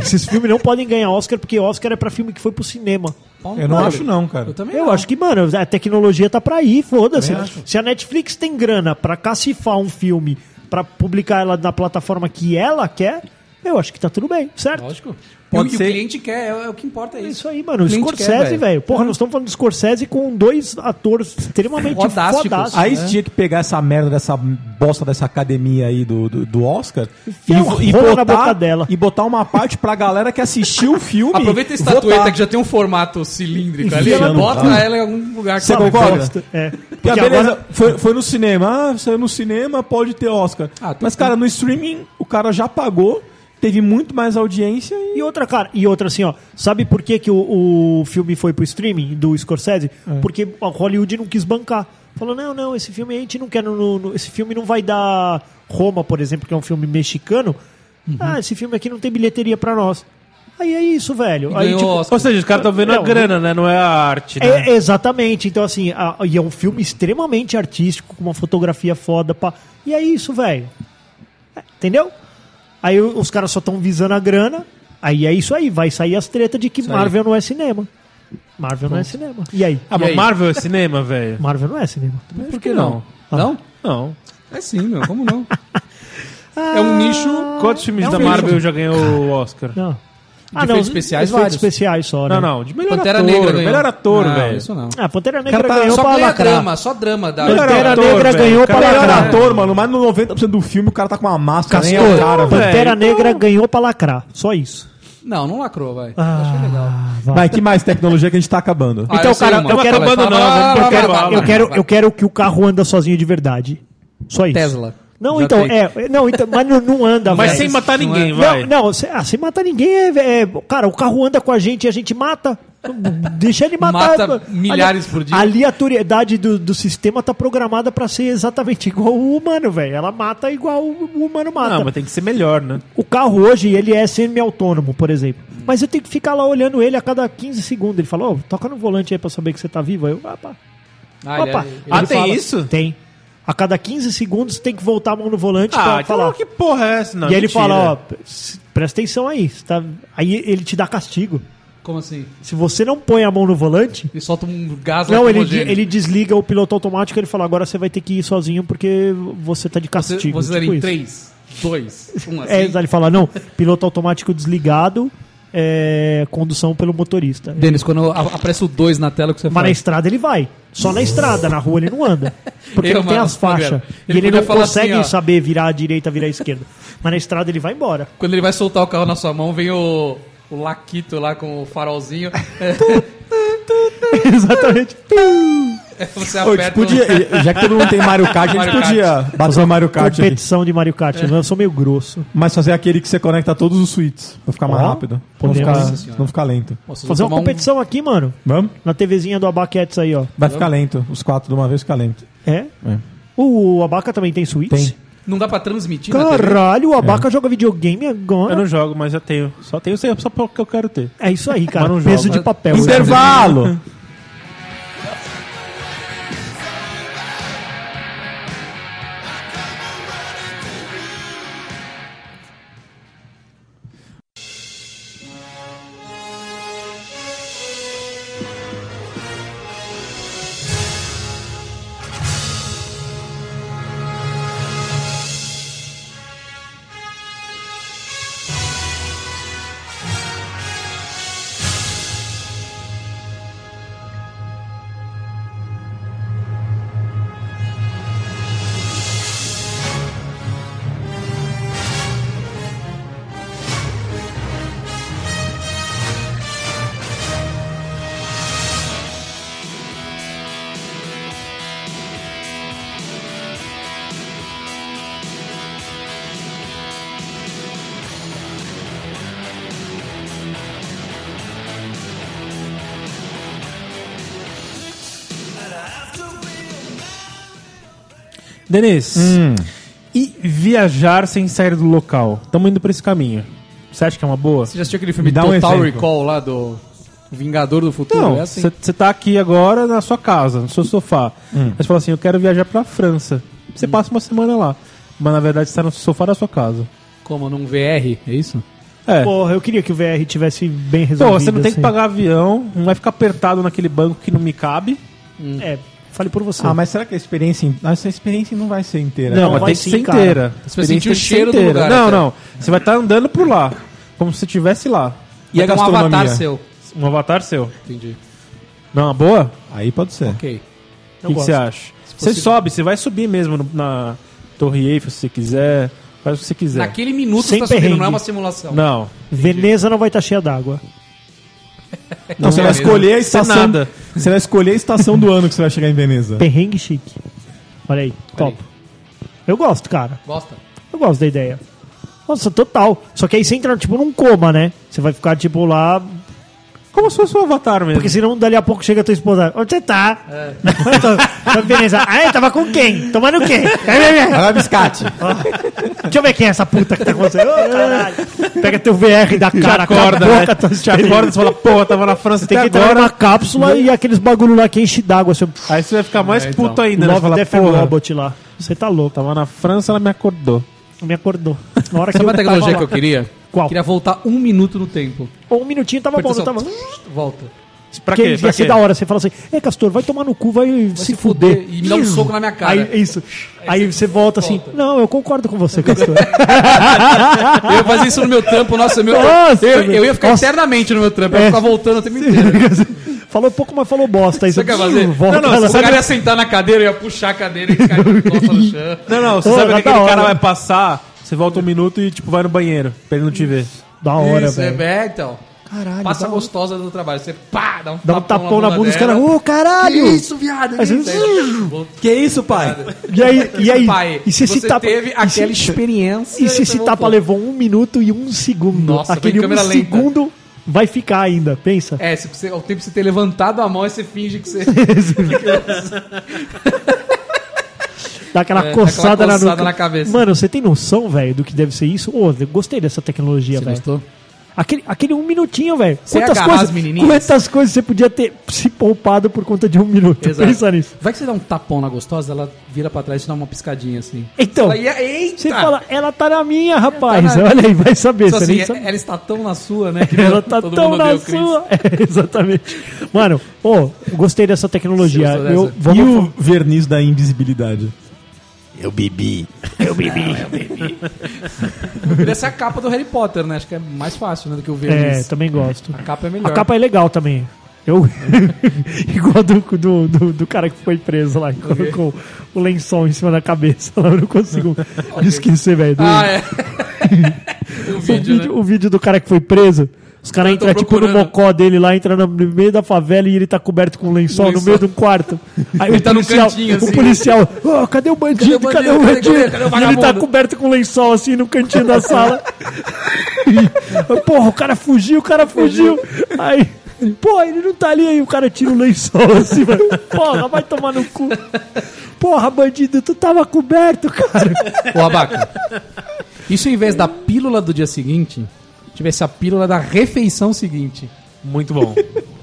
[SPEAKER 3] esses filmes não podem ganhar Oscar porque Oscar é pra filme que foi pro cinema.
[SPEAKER 1] Eu não acho não, cara.
[SPEAKER 2] Eu também
[SPEAKER 3] Eu
[SPEAKER 2] não.
[SPEAKER 3] acho que, mano, a tecnologia tá pra ir, foda-se.
[SPEAKER 1] Também acho.
[SPEAKER 3] Se a Netflix tem grana pra cacifar um filme, pra publicar ela na plataforma que ela quer, eu acho que tá tudo bem, certo?
[SPEAKER 2] Lógico.
[SPEAKER 1] Pode
[SPEAKER 2] e, o- e
[SPEAKER 1] ser.
[SPEAKER 2] o cliente quer, é, é o que importa, é
[SPEAKER 3] É
[SPEAKER 2] isso.
[SPEAKER 3] Isso aí, mano. O
[SPEAKER 2] Cliente quer,
[SPEAKER 3] Scorsese,
[SPEAKER 2] velho. Uhum.
[SPEAKER 3] velho. Porra, nós estamos falando do Scorsese com dois atores extremamente
[SPEAKER 2] Fodásticos.
[SPEAKER 3] fodásticos.
[SPEAKER 1] Aí
[SPEAKER 2] né?
[SPEAKER 1] tinha que pegar essa merda dessa bosta dessa academia aí do, do, do Oscar e,
[SPEAKER 3] um
[SPEAKER 1] e
[SPEAKER 3] rolo na
[SPEAKER 1] botar,
[SPEAKER 3] boca dela.
[SPEAKER 1] e botar uma parte pra galera que assistiu o filme.
[SPEAKER 2] Aproveita a
[SPEAKER 1] votar.
[SPEAKER 2] estatueta que já tem um formato cilíndrico ali,
[SPEAKER 1] Enfiando,
[SPEAKER 2] bota
[SPEAKER 1] cara.
[SPEAKER 2] ela em algum lugar.
[SPEAKER 1] Você
[SPEAKER 2] que-
[SPEAKER 1] concorda?
[SPEAKER 3] É.
[SPEAKER 1] Porque
[SPEAKER 3] Porque
[SPEAKER 1] beleza,
[SPEAKER 3] agora,
[SPEAKER 1] foi, foi no cinema. Ah, saiu no cinema, pode ter Oscar.
[SPEAKER 2] Ah, tô
[SPEAKER 1] Mas, cara, no streaming, o cara já pagou, teve muito mais audiência e.
[SPEAKER 3] e outra, cara, e outra assim, ó. Sabe por que, que o, o filme foi pro streaming do Scorsese? Porque a Hollywood não quis bancar. Falou, não, não, esse filme aí a gente não quer. no- no- no- esse filme não vai dar Roma, por exemplo, que é um filme mexicano. Ah, esse filme aqui não tem bilheteria pra nós. Aí é isso, velho.
[SPEAKER 2] E
[SPEAKER 3] Aí,
[SPEAKER 2] ganhou
[SPEAKER 3] tipo,
[SPEAKER 2] Oscar.
[SPEAKER 4] Ou seja, os caras estão vendo a
[SPEAKER 3] Não,
[SPEAKER 4] grana, né? Não é a arte,
[SPEAKER 3] É,
[SPEAKER 4] né?
[SPEAKER 3] exatamente. Então, assim, a- e é um filme extremamente artístico, com uma fotografia foda. Pá. E é isso, velho. É, entendeu? Aí o- os caras só estão visando a grana. Aí é isso aí. Vai sair as tretas de que Marvel não é cinema. Marvel não é cinema. E aí?
[SPEAKER 4] Ah,
[SPEAKER 2] E
[SPEAKER 4] mas
[SPEAKER 2] aí?
[SPEAKER 4] Marvel é cinema, velho?
[SPEAKER 3] Marvel não é cinema.
[SPEAKER 2] Por que não? Não?
[SPEAKER 4] Não.
[SPEAKER 2] É sim, meu. Como não? é um nicho...
[SPEAKER 1] Ah,
[SPEAKER 4] Quantos filmes
[SPEAKER 2] é um
[SPEAKER 4] da
[SPEAKER 2] filme.
[SPEAKER 4] Marvel já ganhou o Oscar?
[SPEAKER 3] Não.
[SPEAKER 2] Efeitos especiais,
[SPEAKER 3] efeitos
[SPEAKER 2] vários.
[SPEAKER 3] especiais só, né?
[SPEAKER 4] Não, não. De melhor
[SPEAKER 2] Pantera
[SPEAKER 4] ator.
[SPEAKER 2] Negra ganhou.
[SPEAKER 4] melhor ator,
[SPEAKER 2] Não,
[SPEAKER 4] velho.
[SPEAKER 2] isso não.
[SPEAKER 3] Ah, Pantera Negra
[SPEAKER 1] tá-
[SPEAKER 3] ganhou
[SPEAKER 2] Só
[SPEAKER 3] pra
[SPEAKER 2] ganha
[SPEAKER 3] lacrar.
[SPEAKER 2] drama, só drama. Da...
[SPEAKER 4] Melhor
[SPEAKER 3] Pantera
[SPEAKER 4] ator,
[SPEAKER 3] Negra
[SPEAKER 4] velho.
[SPEAKER 3] ganhou
[SPEAKER 4] O cara
[SPEAKER 3] pra
[SPEAKER 4] é
[SPEAKER 1] Melhor
[SPEAKER 3] lacrar.
[SPEAKER 1] ator, mano, mas no 90% do filme o cara tá com uma máscara, nem é
[SPEAKER 3] Castor,
[SPEAKER 1] o cara, velho.
[SPEAKER 3] Pantera
[SPEAKER 4] velho.
[SPEAKER 3] Negra ganhou pra lacrar. Só isso.
[SPEAKER 2] Não, não lacrou, vai.
[SPEAKER 3] Ah,
[SPEAKER 2] Achei legal.
[SPEAKER 3] vai.
[SPEAKER 1] Mas que mais tecnologia que a gente tá acabando?
[SPEAKER 2] Ah,
[SPEAKER 3] Então,
[SPEAKER 2] eu sei
[SPEAKER 3] cara,
[SPEAKER 2] uma.
[SPEAKER 3] eu quero-
[SPEAKER 2] Vai,
[SPEAKER 4] Abandonando,
[SPEAKER 2] vai, vai,
[SPEAKER 4] eu
[SPEAKER 2] vai,
[SPEAKER 4] quero-
[SPEAKER 2] vai, vai,
[SPEAKER 3] Eu quero,
[SPEAKER 2] vai.
[SPEAKER 3] eu quero que o carro anda sozinho de verdade. Só isso.
[SPEAKER 2] Tesla.
[SPEAKER 3] Não,
[SPEAKER 2] Já
[SPEAKER 3] então,
[SPEAKER 2] tem.
[SPEAKER 3] é. Não, então, mas não, não anda,
[SPEAKER 4] Mas
[SPEAKER 3] velho.
[SPEAKER 4] sem matar
[SPEAKER 2] Não é-
[SPEAKER 4] ninguém, vai.
[SPEAKER 3] Não, não, se- ah, sem matar ninguém é, é- Cara, o carro anda com a gente e a gente mata. Deixa ele matar.
[SPEAKER 2] Mata
[SPEAKER 3] mano.
[SPEAKER 2] milhares por dia.
[SPEAKER 3] A aleatoriedade do, do sistema tá programada pra ser exatamente igual o humano, velho. Ela mata igual o o humano mata.
[SPEAKER 4] Não, Ah, mas tem que ser melhor, né?
[SPEAKER 3] O carro hoje, ele é semi-autônomo, por exemplo. Mas eu tenho que ficar lá olhando ele a cada 15 segundos. Ele fala, ô, toca no volante aí pra saber que você tá vivo. Aí eu, opa,
[SPEAKER 2] Ah, ele-
[SPEAKER 3] opa.
[SPEAKER 2] ele-
[SPEAKER 4] Ah,
[SPEAKER 3] Ele
[SPEAKER 4] tem isso?
[SPEAKER 3] Tem. A cada 15 segundos tem que voltar a mão no volante
[SPEAKER 4] Ah,
[SPEAKER 3] pra falar.
[SPEAKER 4] então que porra é essa? Não,
[SPEAKER 3] e aí ele
[SPEAKER 4] mentira.
[SPEAKER 3] fala, ó, s- presta atenção aí. você tá- Aí ele te dá castigo.
[SPEAKER 2] Como assim?
[SPEAKER 3] Se você não põe a mão no volante,
[SPEAKER 2] Ele solta um gás
[SPEAKER 3] Não, ele, de-
[SPEAKER 2] lacrimogêneo.
[SPEAKER 3] ele desliga o piloto automático e ele fala: agora você vai ter que ir sozinho porque você tá de
[SPEAKER 2] Você,
[SPEAKER 3] castigo.
[SPEAKER 2] vocês
[SPEAKER 3] tipo
[SPEAKER 2] eram em
[SPEAKER 3] isso.
[SPEAKER 2] 3, 2, 1 assim.
[SPEAKER 3] É, exato, ele fala: não, piloto automático desligado, é, condução pelo motorista.
[SPEAKER 2] Denis, quando a- aparece o 2 na tela, o que você
[SPEAKER 3] Mas na
[SPEAKER 2] faz?
[SPEAKER 3] estrada ele vai. Só na estrada, na rua ele não anda. Porque
[SPEAKER 2] Eu,
[SPEAKER 3] não tem
[SPEAKER 2] mano,
[SPEAKER 3] as faixas.
[SPEAKER 2] Fabiano,
[SPEAKER 3] E
[SPEAKER 2] ele
[SPEAKER 3] ele,
[SPEAKER 2] podia
[SPEAKER 3] não
[SPEAKER 2] falar
[SPEAKER 3] consegue
[SPEAKER 2] assim, ó.
[SPEAKER 3] saber virar à direita, virar à esquerda. Mas na estrada ele vai embora.
[SPEAKER 2] Quando ele vai soltar o carro na sua mão, vem o, o Laquito lá com o farolzinho. É,
[SPEAKER 3] Exatamente.
[SPEAKER 2] é, você
[SPEAKER 1] Então, Ô, a gente
[SPEAKER 2] aperta o-
[SPEAKER 1] podia, já que todo mundo tem Mario Kart, a gente
[SPEAKER 2] Mario
[SPEAKER 1] podia bater o Mario Kart aqui.
[SPEAKER 3] Competição de Mario Kart. Eu sou meio grosso.
[SPEAKER 1] Mas fazer aquele que você conecta todos os suítes pra ficar mais
[SPEAKER 3] Ó,
[SPEAKER 1] rápido. Pra não ficar,
[SPEAKER 3] podemos.
[SPEAKER 1] pra não ficar lento.
[SPEAKER 2] Nossa, eu vou
[SPEAKER 3] Fazer uma
[SPEAKER 2] tomar um-
[SPEAKER 3] competição aqui, mano.
[SPEAKER 1] Vamos?
[SPEAKER 3] Na TVzinha do Abaquetes aí, ó.
[SPEAKER 1] Vai ficar lento. Os quatro de uma vez fica lento.
[SPEAKER 3] É?
[SPEAKER 1] É.
[SPEAKER 3] O Abaca também tem Switch?
[SPEAKER 1] Tem.
[SPEAKER 2] Não dá pra transmitir na TV?
[SPEAKER 3] Caralho, o Abaca joga videogame
[SPEAKER 4] Eu
[SPEAKER 3] agora.
[SPEAKER 4] não jogo, mas eu tenho. Só tenho só porque eu quero ter.
[SPEAKER 3] É isso aí, cara.
[SPEAKER 4] Mas não
[SPEAKER 3] Peso
[SPEAKER 4] joga.
[SPEAKER 3] de papel. né?
[SPEAKER 1] Intervalo!
[SPEAKER 4] Denis, e viajar sem sair do local? Estamos indo por esse caminho. Você acha que é uma boa?
[SPEAKER 2] Você já assistiu aquele filme
[SPEAKER 1] Me dá um
[SPEAKER 2] Total
[SPEAKER 1] exemplo.
[SPEAKER 2] Recall lá do Vingador do Futuro?
[SPEAKER 4] Não,
[SPEAKER 2] é
[SPEAKER 4] você
[SPEAKER 2] assim?
[SPEAKER 4] tá aqui agora na sua casa, no seu sofá. Aí você fala assim, eu quero viajar pra França. Você passa uma semana lá. Mas na verdade você tá no sofá da sua casa.
[SPEAKER 2] Como, num VR, é isso?
[SPEAKER 4] É. Pô,
[SPEAKER 3] Porra, eu queria que o VR tivesse bem resolvido.
[SPEAKER 4] você não tem que
[SPEAKER 3] assim.
[SPEAKER 4] pagar avião, não vai ficar apertado naquele banco que não me cabe.
[SPEAKER 3] É, fale por você.
[SPEAKER 1] Ah, mas será que a experiência. em- Essa experiência não vai ser inteira.
[SPEAKER 4] Não,
[SPEAKER 3] Não,
[SPEAKER 4] mas
[SPEAKER 3] vai
[SPEAKER 4] tem que
[SPEAKER 3] sim,
[SPEAKER 4] ser
[SPEAKER 3] cara.
[SPEAKER 4] inteira.
[SPEAKER 2] Você vai
[SPEAKER 4] Experiência
[SPEAKER 2] sentir o
[SPEAKER 4] tem que ser
[SPEAKER 2] cheiro do
[SPEAKER 4] inteira.
[SPEAKER 2] lugar, né?
[SPEAKER 4] Não,
[SPEAKER 2] até.
[SPEAKER 4] não. Você vai estar andando por lá. Como se você estivesse lá.
[SPEAKER 1] E a
[SPEAKER 2] Vai ter um avatar
[SPEAKER 1] gastronomia?
[SPEAKER 2] seu.
[SPEAKER 4] Um avatar seu.
[SPEAKER 2] Entendi.
[SPEAKER 4] Não, é uma boa?
[SPEAKER 1] Aí pode ser.
[SPEAKER 2] Ok.
[SPEAKER 4] O que que
[SPEAKER 3] gosto.
[SPEAKER 4] você acha? Você
[SPEAKER 2] fosse-
[SPEAKER 4] sobe, você vai subir mesmo no- na Torre Eiffel se você quiser. Faz o que você quiser.
[SPEAKER 2] Naquele minuto
[SPEAKER 3] É. Sem
[SPEAKER 2] você tá subindo,
[SPEAKER 3] perrengue.
[SPEAKER 2] não é uma simulação.
[SPEAKER 4] Não.
[SPEAKER 3] Veneza não vai estar cheia d'água.
[SPEAKER 1] Então você vai
[SPEAKER 2] mesmo.
[SPEAKER 1] escolher a
[SPEAKER 4] Sem
[SPEAKER 1] estação.
[SPEAKER 4] nada.
[SPEAKER 1] Você vai escolher a estação do ano que você vai chegar em Veneza.
[SPEAKER 3] Perrengue chique. Olha aí, top. Eu gosto, cara.
[SPEAKER 2] Gosta?
[SPEAKER 3] Eu gosto da ideia. Nossa, total. Só que aí você entra, tipo, num coma, né? Você vai ficar, tipo, lá.
[SPEAKER 4] Como se fosse um avatar mesmo.
[SPEAKER 3] Porque senão dali a pouco chega a tua esposa. Onde você tá? Então, Veneza. Ah, eu tava com quem? Tomando o quê?
[SPEAKER 1] Agora biscate.
[SPEAKER 3] Deixa eu ver quem é essa puta que tá acontecendo. Ô, caralho. Pega teu VR da cara,
[SPEAKER 4] acorda,
[SPEAKER 3] cala a
[SPEAKER 4] né?
[SPEAKER 3] boca, tua
[SPEAKER 4] Te acorda e você fala, porra, tava na França
[SPEAKER 3] Tem
[SPEAKER 4] até
[SPEAKER 3] que entrar
[SPEAKER 4] agora.
[SPEAKER 3] numa cápsula e aqueles bagulho lá que enche d'água. Seu
[SPEAKER 4] Aí você vai ficar mais
[SPEAKER 2] É, então.
[SPEAKER 4] puto ainda. Né? Você
[SPEAKER 3] Love
[SPEAKER 4] fala,
[SPEAKER 3] Death
[SPEAKER 4] porra,
[SPEAKER 3] and Robot lá. Você tá louco.
[SPEAKER 4] tava na França, ela me acordou.
[SPEAKER 3] Me acordou. Na hora que
[SPEAKER 2] Sabe
[SPEAKER 3] eu
[SPEAKER 2] a
[SPEAKER 3] tava
[SPEAKER 2] tecnologia
[SPEAKER 3] lá.
[SPEAKER 2] que eu queria?
[SPEAKER 3] Qual?
[SPEAKER 2] Queria voltar um minuto no tempo.
[SPEAKER 3] Um minutinho tava bom, não tava...
[SPEAKER 2] Volta.
[SPEAKER 4] Pra
[SPEAKER 3] Porque
[SPEAKER 4] quê? Pra
[SPEAKER 3] ia ser
[SPEAKER 4] quê?
[SPEAKER 3] da hora. Você fala assim, é, Castor, vai tomar no cu, vai, se
[SPEAKER 2] se fuder
[SPEAKER 3] fuder.
[SPEAKER 2] e me dá um soco na minha cara.
[SPEAKER 3] Aí, isso. Aí, você volta assim,
[SPEAKER 2] volta.
[SPEAKER 3] não, eu concordo com você, Castor.
[SPEAKER 2] Eu ia fazer isso no meu trampo, nossa, meu
[SPEAKER 3] Nossa,
[SPEAKER 2] eu, eu ia
[SPEAKER 3] meu.
[SPEAKER 2] ficar
[SPEAKER 3] Nossa.
[SPEAKER 2] eternamente no meu trampo, eu ia
[SPEAKER 3] É.
[SPEAKER 2] ficar voltando o tempo inteiro.
[SPEAKER 3] falou pouco, mas falou bosta. Aí "Hum,
[SPEAKER 2] Você quer fazer?
[SPEAKER 3] Volta,
[SPEAKER 2] não, é não, o
[SPEAKER 3] sabe?
[SPEAKER 2] cara ia sentar na cadeira, eu ia puxar a cadeira e cair com a costa no chão.
[SPEAKER 4] Não, não, você
[SPEAKER 3] Pô,
[SPEAKER 1] é
[SPEAKER 4] sabe que
[SPEAKER 3] tá
[SPEAKER 4] aquele
[SPEAKER 3] da hora.
[SPEAKER 4] cara vai passar, você volta um minuto e, tipo, vai no banheiro, pra ele não te ver.
[SPEAKER 3] Da hora,
[SPEAKER 2] Isso, é,
[SPEAKER 3] velho.
[SPEAKER 2] é, então.
[SPEAKER 3] Caralho,
[SPEAKER 2] Passa
[SPEAKER 3] dá
[SPEAKER 2] a
[SPEAKER 3] um-
[SPEAKER 2] gostosa do trabalho. Você pá, dá um
[SPEAKER 3] Dá um tapão na bunda dos
[SPEAKER 2] dela.
[SPEAKER 3] caras. Ô, caralho!
[SPEAKER 2] Que isso, viado? Que
[SPEAKER 3] Aí você-
[SPEAKER 2] isso? Aí, volta.
[SPEAKER 1] Que isso, pai?
[SPEAKER 3] E aí, e aí,
[SPEAKER 2] Pai,
[SPEAKER 3] e se
[SPEAKER 2] você
[SPEAKER 3] esse tapa...
[SPEAKER 2] teve
[SPEAKER 3] e se-
[SPEAKER 2] aquela experiência...
[SPEAKER 3] E se esse
[SPEAKER 2] você
[SPEAKER 3] tapa
[SPEAKER 2] voltou.
[SPEAKER 3] levou um minuto e um segundo?
[SPEAKER 2] Nossa, foi em
[SPEAKER 3] Aquele um
[SPEAKER 2] câmera lenta.
[SPEAKER 3] segundo Vai ficar ainda, pensa.
[SPEAKER 2] É, se você, ao tempo de você ter levantado a mão, aí você finge que você.
[SPEAKER 3] Dá aquela
[SPEAKER 2] É,
[SPEAKER 3] coçada,
[SPEAKER 2] aquela
[SPEAKER 3] na,
[SPEAKER 2] coçada
[SPEAKER 3] nuca.
[SPEAKER 2] na cabeça.
[SPEAKER 3] Mano, você tem noção, velho, do que deve ser isso? Ô, eu gostei dessa tecnologia,
[SPEAKER 2] Você
[SPEAKER 3] velho.
[SPEAKER 2] gostou?
[SPEAKER 3] Aquele, aquele um minutinho, velho.
[SPEAKER 2] Você ia
[SPEAKER 3] Quantas
[SPEAKER 2] agarrar
[SPEAKER 3] coisas,
[SPEAKER 2] as menininhas?
[SPEAKER 3] quantas coisas você podia ter se poupado por conta de um minuto?
[SPEAKER 2] Exato.
[SPEAKER 3] Pensa nisso.
[SPEAKER 2] Vai que você dá um tapão na gostosa, ela vira pra trás e te dá uma piscadinha assim.
[SPEAKER 3] Então,
[SPEAKER 2] Ela ia- eita!
[SPEAKER 3] você fala, ela tá na minha, rapaz.
[SPEAKER 2] tá na-
[SPEAKER 3] Olha aí, vai saber.
[SPEAKER 2] Só
[SPEAKER 3] você
[SPEAKER 2] assim,
[SPEAKER 3] nem sabe.
[SPEAKER 2] ela está tão na sua, né? que
[SPEAKER 3] Ela tá
[SPEAKER 2] todo
[SPEAKER 3] tão
[SPEAKER 2] mundo
[SPEAKER 3] na
[SPEAKER 2] odeia o Chris.
[SPEAKER 3] sua. É, exatamente. Mano, ô, gostei dessa tecnologia.
[SPEAKER 2] Você gostou
[SPEAKER 3] Eu,
[SPEAKER 2] dessa?
[SPEAKER 1] E
[SPEAKER 3] vamos,
[SPEAKER 1] o verniz da invisibilidade?
[SPEAKER 2] Poderia ser a capa do Harry Potter, né? Acho que é mais fácil né, do que o
[SPEAKER 3] É,
[SPEAKER 2] verniz.
[SPEAKER 3] também gosto.
[SPEAKER 2] A capa é melhor.
[SPEAKER 3] A capa é legal também. Eu. Igual do, do, do, do cara que foi preso lá, que colocou o lençol em cima da cabeça lá. Eu não consigo esquecer, velho. do-
[SPEAKER 2] Ah, é. o
[SPEAKER 3] o,
[SPEAKER 2] vídeo,
[SPEAKER 3] vídeo,
[SPEAKER 2] né?
[SPEAKER 3] o vídeo do cara que foi preso. Os caras
[SPEAKER 2] Eu tô
[SPEAKER 3] entram tipo no
[SPEAKER 2] procurando.
[SPEAKER 3] mocó dele lá, entra no no meio da favela e ele tá coberto com um lençol,
[SPEAKER 2] Lençol.
[SPEAKER 3] no meio de um quarto. Aí o
[SPEAKER 2] tá no
[SPEAKER 3] policial,
[SPEAKER 2] cantinho,
[SPEAKER 3] o
[SPEAKER 2] assim.
[SPEAKER 3] policial, "Ô, cadê o bandido?
[SPEAKER 2] Cadê o
[SPEAKER 3] Cadê o
[SPEAKER 2] bandido? Cadê- cadê-
[SPEAKER 3] bandido?
[SPEAKER 2] cadê o
[SPEAKER 3] e ele tá
[SPEAKER 2] vagabundo?"
[SPEAKER 3] coberto com um lençol assim no cantinho da sala. E, Porra, o cara fugiu, o cara fugiu. Aí, pô, ele não tá ali aí, o cara tira o lençol assim, mano. Porra, vai tomar no cu. Porra, bandido, tu tava coberto, cara.
[SPEAKER 2] Ô, Abaca. Isso em vez da pílula do dia seguinte, tivesse a pílula da refeição seguinte.
[SPEAKER 4] Muito bom.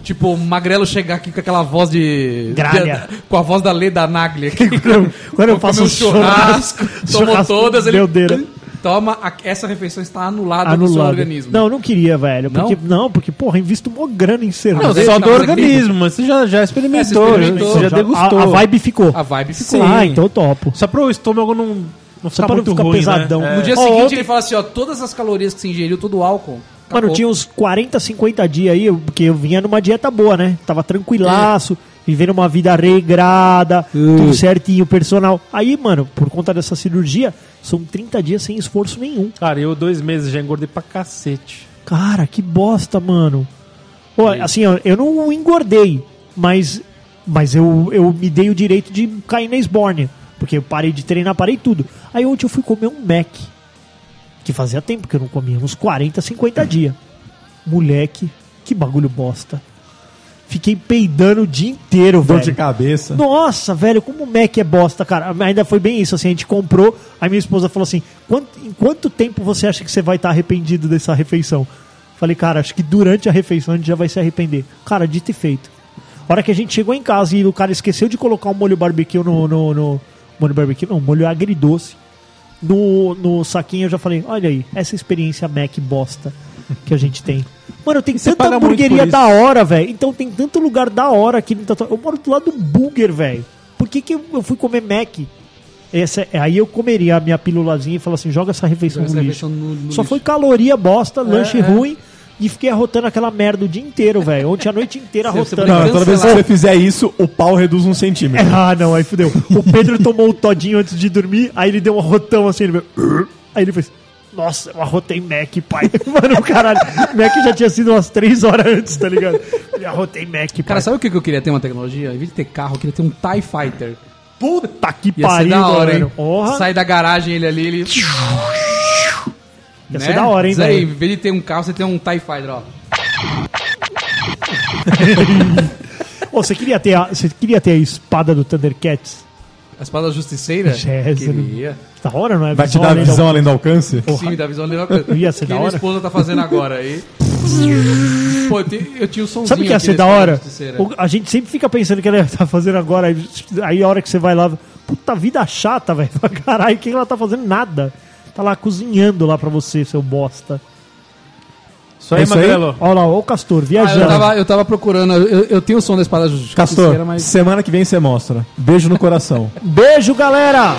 [SPEAKER 2] Tipo, o Magrelo chegar aqui com aquela voz de.
[SPEAKER 3] Gralha.
[SPEAKER 2] de- com a voz da Leda Nagli aqui.
[SPEAKER 3] Quando eu
[SPEAKER 2] Comeu
[SPEAKER 3] faço um churrasco,
[SPEAKER 2] tomou
[SPEAKER 3] churrasco
[SPEAKER 2] todas, ele.
[SPEAKER 3] Beldeira.
[SPEAKER 2] Toma, a- essa refeição está anulada do seu
[SPEAKER 3] Anulado.
[SPEAKER 2] organismo.
[SPEAKER 3] Não, não queria, velho. Porque, não? porque, porra, invisto mó grana em um cerveja.
[SPEAKER 2] Não, você
[SPEAKER 4] Só
[SPEAKER 2] tá
[SPEAKER 4] do
[SPEAKER 2] fazendo
[SPEAKER 4] organismo, mas você já, já experimentou, né?
[SPEAKER 2] É, você experimentou.
[SPEAKER 4] você já
[SPEAKER 3] Já-
[SPEAKER 4] degustou.
[SPEAKER 3] A, a vibe ficou.
[SPEAKER 2] A Tá vibe ficou.
[SPEAKER 4] Sim.
[SPEAKER 3] Ah, então eu topo.
[SPEAKER 4] Só pro estômago não, não
[SPEAKER 3] Só
[SPEAKER 4] ficar
[SPEAKER 3] pra não
[SPEAKER 4] muito
[SPEAKER 3] ficar
[SPEAKER 4] ruim,
[SPEAKER 3] pesadão.
[SPEAKER 4] Né?
[SPEAKER 2] É. No dia
[SPEAKER 3] Ó,
[SPEAKER 2] seguinte
[SPEAKER 3] ontem-
[SPEAKER 2] ele fala assim, ó, todas as calorias que você ingeriu, todo o álcool.
[SPEAKER 3] Mano, tinha um- uns 40, 50 dias aí, eu- porque eu vinha numa dieta boa, né? Tava tranquilaço,
[SPEAKER 2] É.
[SPEAKER 3] vivendo uma vida regrada,
[SPEAKER 2] Hum.
[SPEAKER 3] tudo certinho, personal. Aí, mano, por conta dessa cirurgia, são 30 dias sem esforço nenhum.
[SPEAKER 4] Cara, eu dois meses já engordei pra cacete.
[SPEAKER 3] Cara, que bosta, mano. Ó, assim, ó, eu não engordei, mas, mas eu, eu me dei o direito de cair na esbórnia. Porque eu parei de treinar, parei tudo. Aí ontem eu fui comer um Mac. Que fazia tempo que eu não comia, uns 40, 50
[SPEAKER 1] Hum.
[SPEAKER 3] dias. Moleque, que bagulho bosta. Fiquei peidando o dia inteiro,
[SPEAKER 1] Dor
[SPEAKER 3] velho.
[SPEAKER 1] de cabeça.
[SPEAKER 3] Nossa, velho, como o Mac é bosta, cara. Ainda foi bem isso, assim, a gente comprou, aí minha esposa falou assim, "Quanto- em quanto tempo você acha que você vai estar arrependido dessa refeição? Falei, cara, acho que durante a refeição a gente já vai se arrepender. Cara, dito e feito. A hora que a gente chegou em casa e o cara esqueceu de colocar o molho barbecue no... no, no- molho barbecue não, molho agridoce. No, no saquinho eu já falei, olha aí, essa experiência Mac bosta que a gente tem. Mano, tem tanta
[SPEAKER 4] paga muito por
[SPEAKER 3] hamburgueria
[SPEAKER 4] isso.
[SPEAKER 3] da hora, velho. Então tem tanto lugar da hora aqui no Tatuapé. Eu moro do lado do Burger, velho. Por que, que eu eu fui comer Mac? Essa, é- aí eu comeria a minha pílulazinha e falo assim, joga essa refeição
[SPEAKER 2] Joga
[SPEAKER 3] no
[SPEAKER 2] essa
[SPEAKER 3] lixo.
[SPEAKER 2] refeição no- no
[SPEAKER 3] Só
[SPEAKER 2] lixo. É,
[SPEAKER 3] foi caloria bosta, lanche ruim e fiquei arrotando aquela merda o dia inteiro, velho. Ontem a noite inteira
[SPEAKER 2] Você- você
[SPEAKER 3] arrotando.
[SPEAKER 1] Não,
[SPEAKER 2] Cancelar.
[SPEAKER 1] Ah, toda vez que você fizer isso, o pau reduz um centímetro.
[SPEAKER 3] Ah, não, aí fudeu. O Pedro tomou o todinho antes de dormir, aí ele deu um arrotão assim, ele veio, "Ur". Aí ele fez. Nossa, eu arrotei Mac, pai. Mano, caralho. Mac já tinha sido umas três horas antes, tá ligado? Ele arrotei Mac, pai.
[SPEAKER 2] Cara, sabe o que que eu queria ter uma tecnologia? Em vez de ter carro, eu queria ter um TIE Fighter.
[SPEAKER 3] puta que
[SPEAKER 2] Ia ser
[SPEAKER 3] pariu,
[SPEAKER 2] da hora,
[SPEAKER 3] mano.
[SPEAKER 2] hein?
[SPEAKER 3] Porra,
[SPEAKER 2] Sai da garagem ele ali, ele.
[SPEAKER 3] ia ser da hora, hein,
[SPEAKER 2] Isso aí,
[SPEAKER 3] velho.
[SPEAKER 2] Em vez de ter um carro, você tem um TIE Fighter, ó.
[SPEAKER 3] Ô, Você queria, ter a- você queria ter a espada do Thundercats?
[SPEAKER 2] A espada justiceira?
[SPEAKER 3] Jéssica.
[SPEAKER 2] É, Queria.
[SPEAKER 3] Da hora, não é?
[SPEAKER 1] Vai te
[SPEAKER 3] Visão
[SPEAKER 1] dar
[SPEAKER 3] além da-
[SPEAKER 1] visão além do alcance?
[SPEAKER 2] Sim, me dá visão dele uma coisa.
[SPEAKER 3] Ia ser
[SPEAKER 2] que
[SPEAKER 3] da
[SPEAKER 2] minha
[SPEAKER 3] hora.
[SPEAKER 2] esposa tá fazendo agora aí. Pô, eu, te- eu tinha o somzinho
[SPEAKER 3] Sabe o que ia
[SPEAKER 2] aqui
[SPEAKER 3] ser
[SPEAKER 2] da
[SPEAKER 3] da
[SPEAKER 2] espada
[SPEAKER 3] hora?
[SPEAKER 2] justiceira. Ah,
[SPEAKER 3] O- a gente sempre fica pensando que ela tá fazendo agora. Aí, aí a hora que você vai lá, puta vida chata, velho. Pra Caralho, o que ela tá fazendo? Nada. Tá lá cozinhando lá pra você, seu bosta.
[SPEAKER 4] Só
[SPEAKER 1] É
[SPEAKER 4] aí,
[SPEAKER 1] isso aí?
[SPEAKER 4] Magrelo.
[SPEAKER 3] Olha lá, ó o Castor,
[SPEAKER 2] Ah, eu,
[SPEAKER 3] viajando.
[SPEAKER 2] tava, eu tava procurando, eu, eu tenho o som da espada justiceira,
[SPEAKER 1] Castor,
[SPEAKER 2] mas.
[SPEAKER 1] semana que vem você mostra. Beijo no coração.
[SPEAKER 3] Beijo, galera!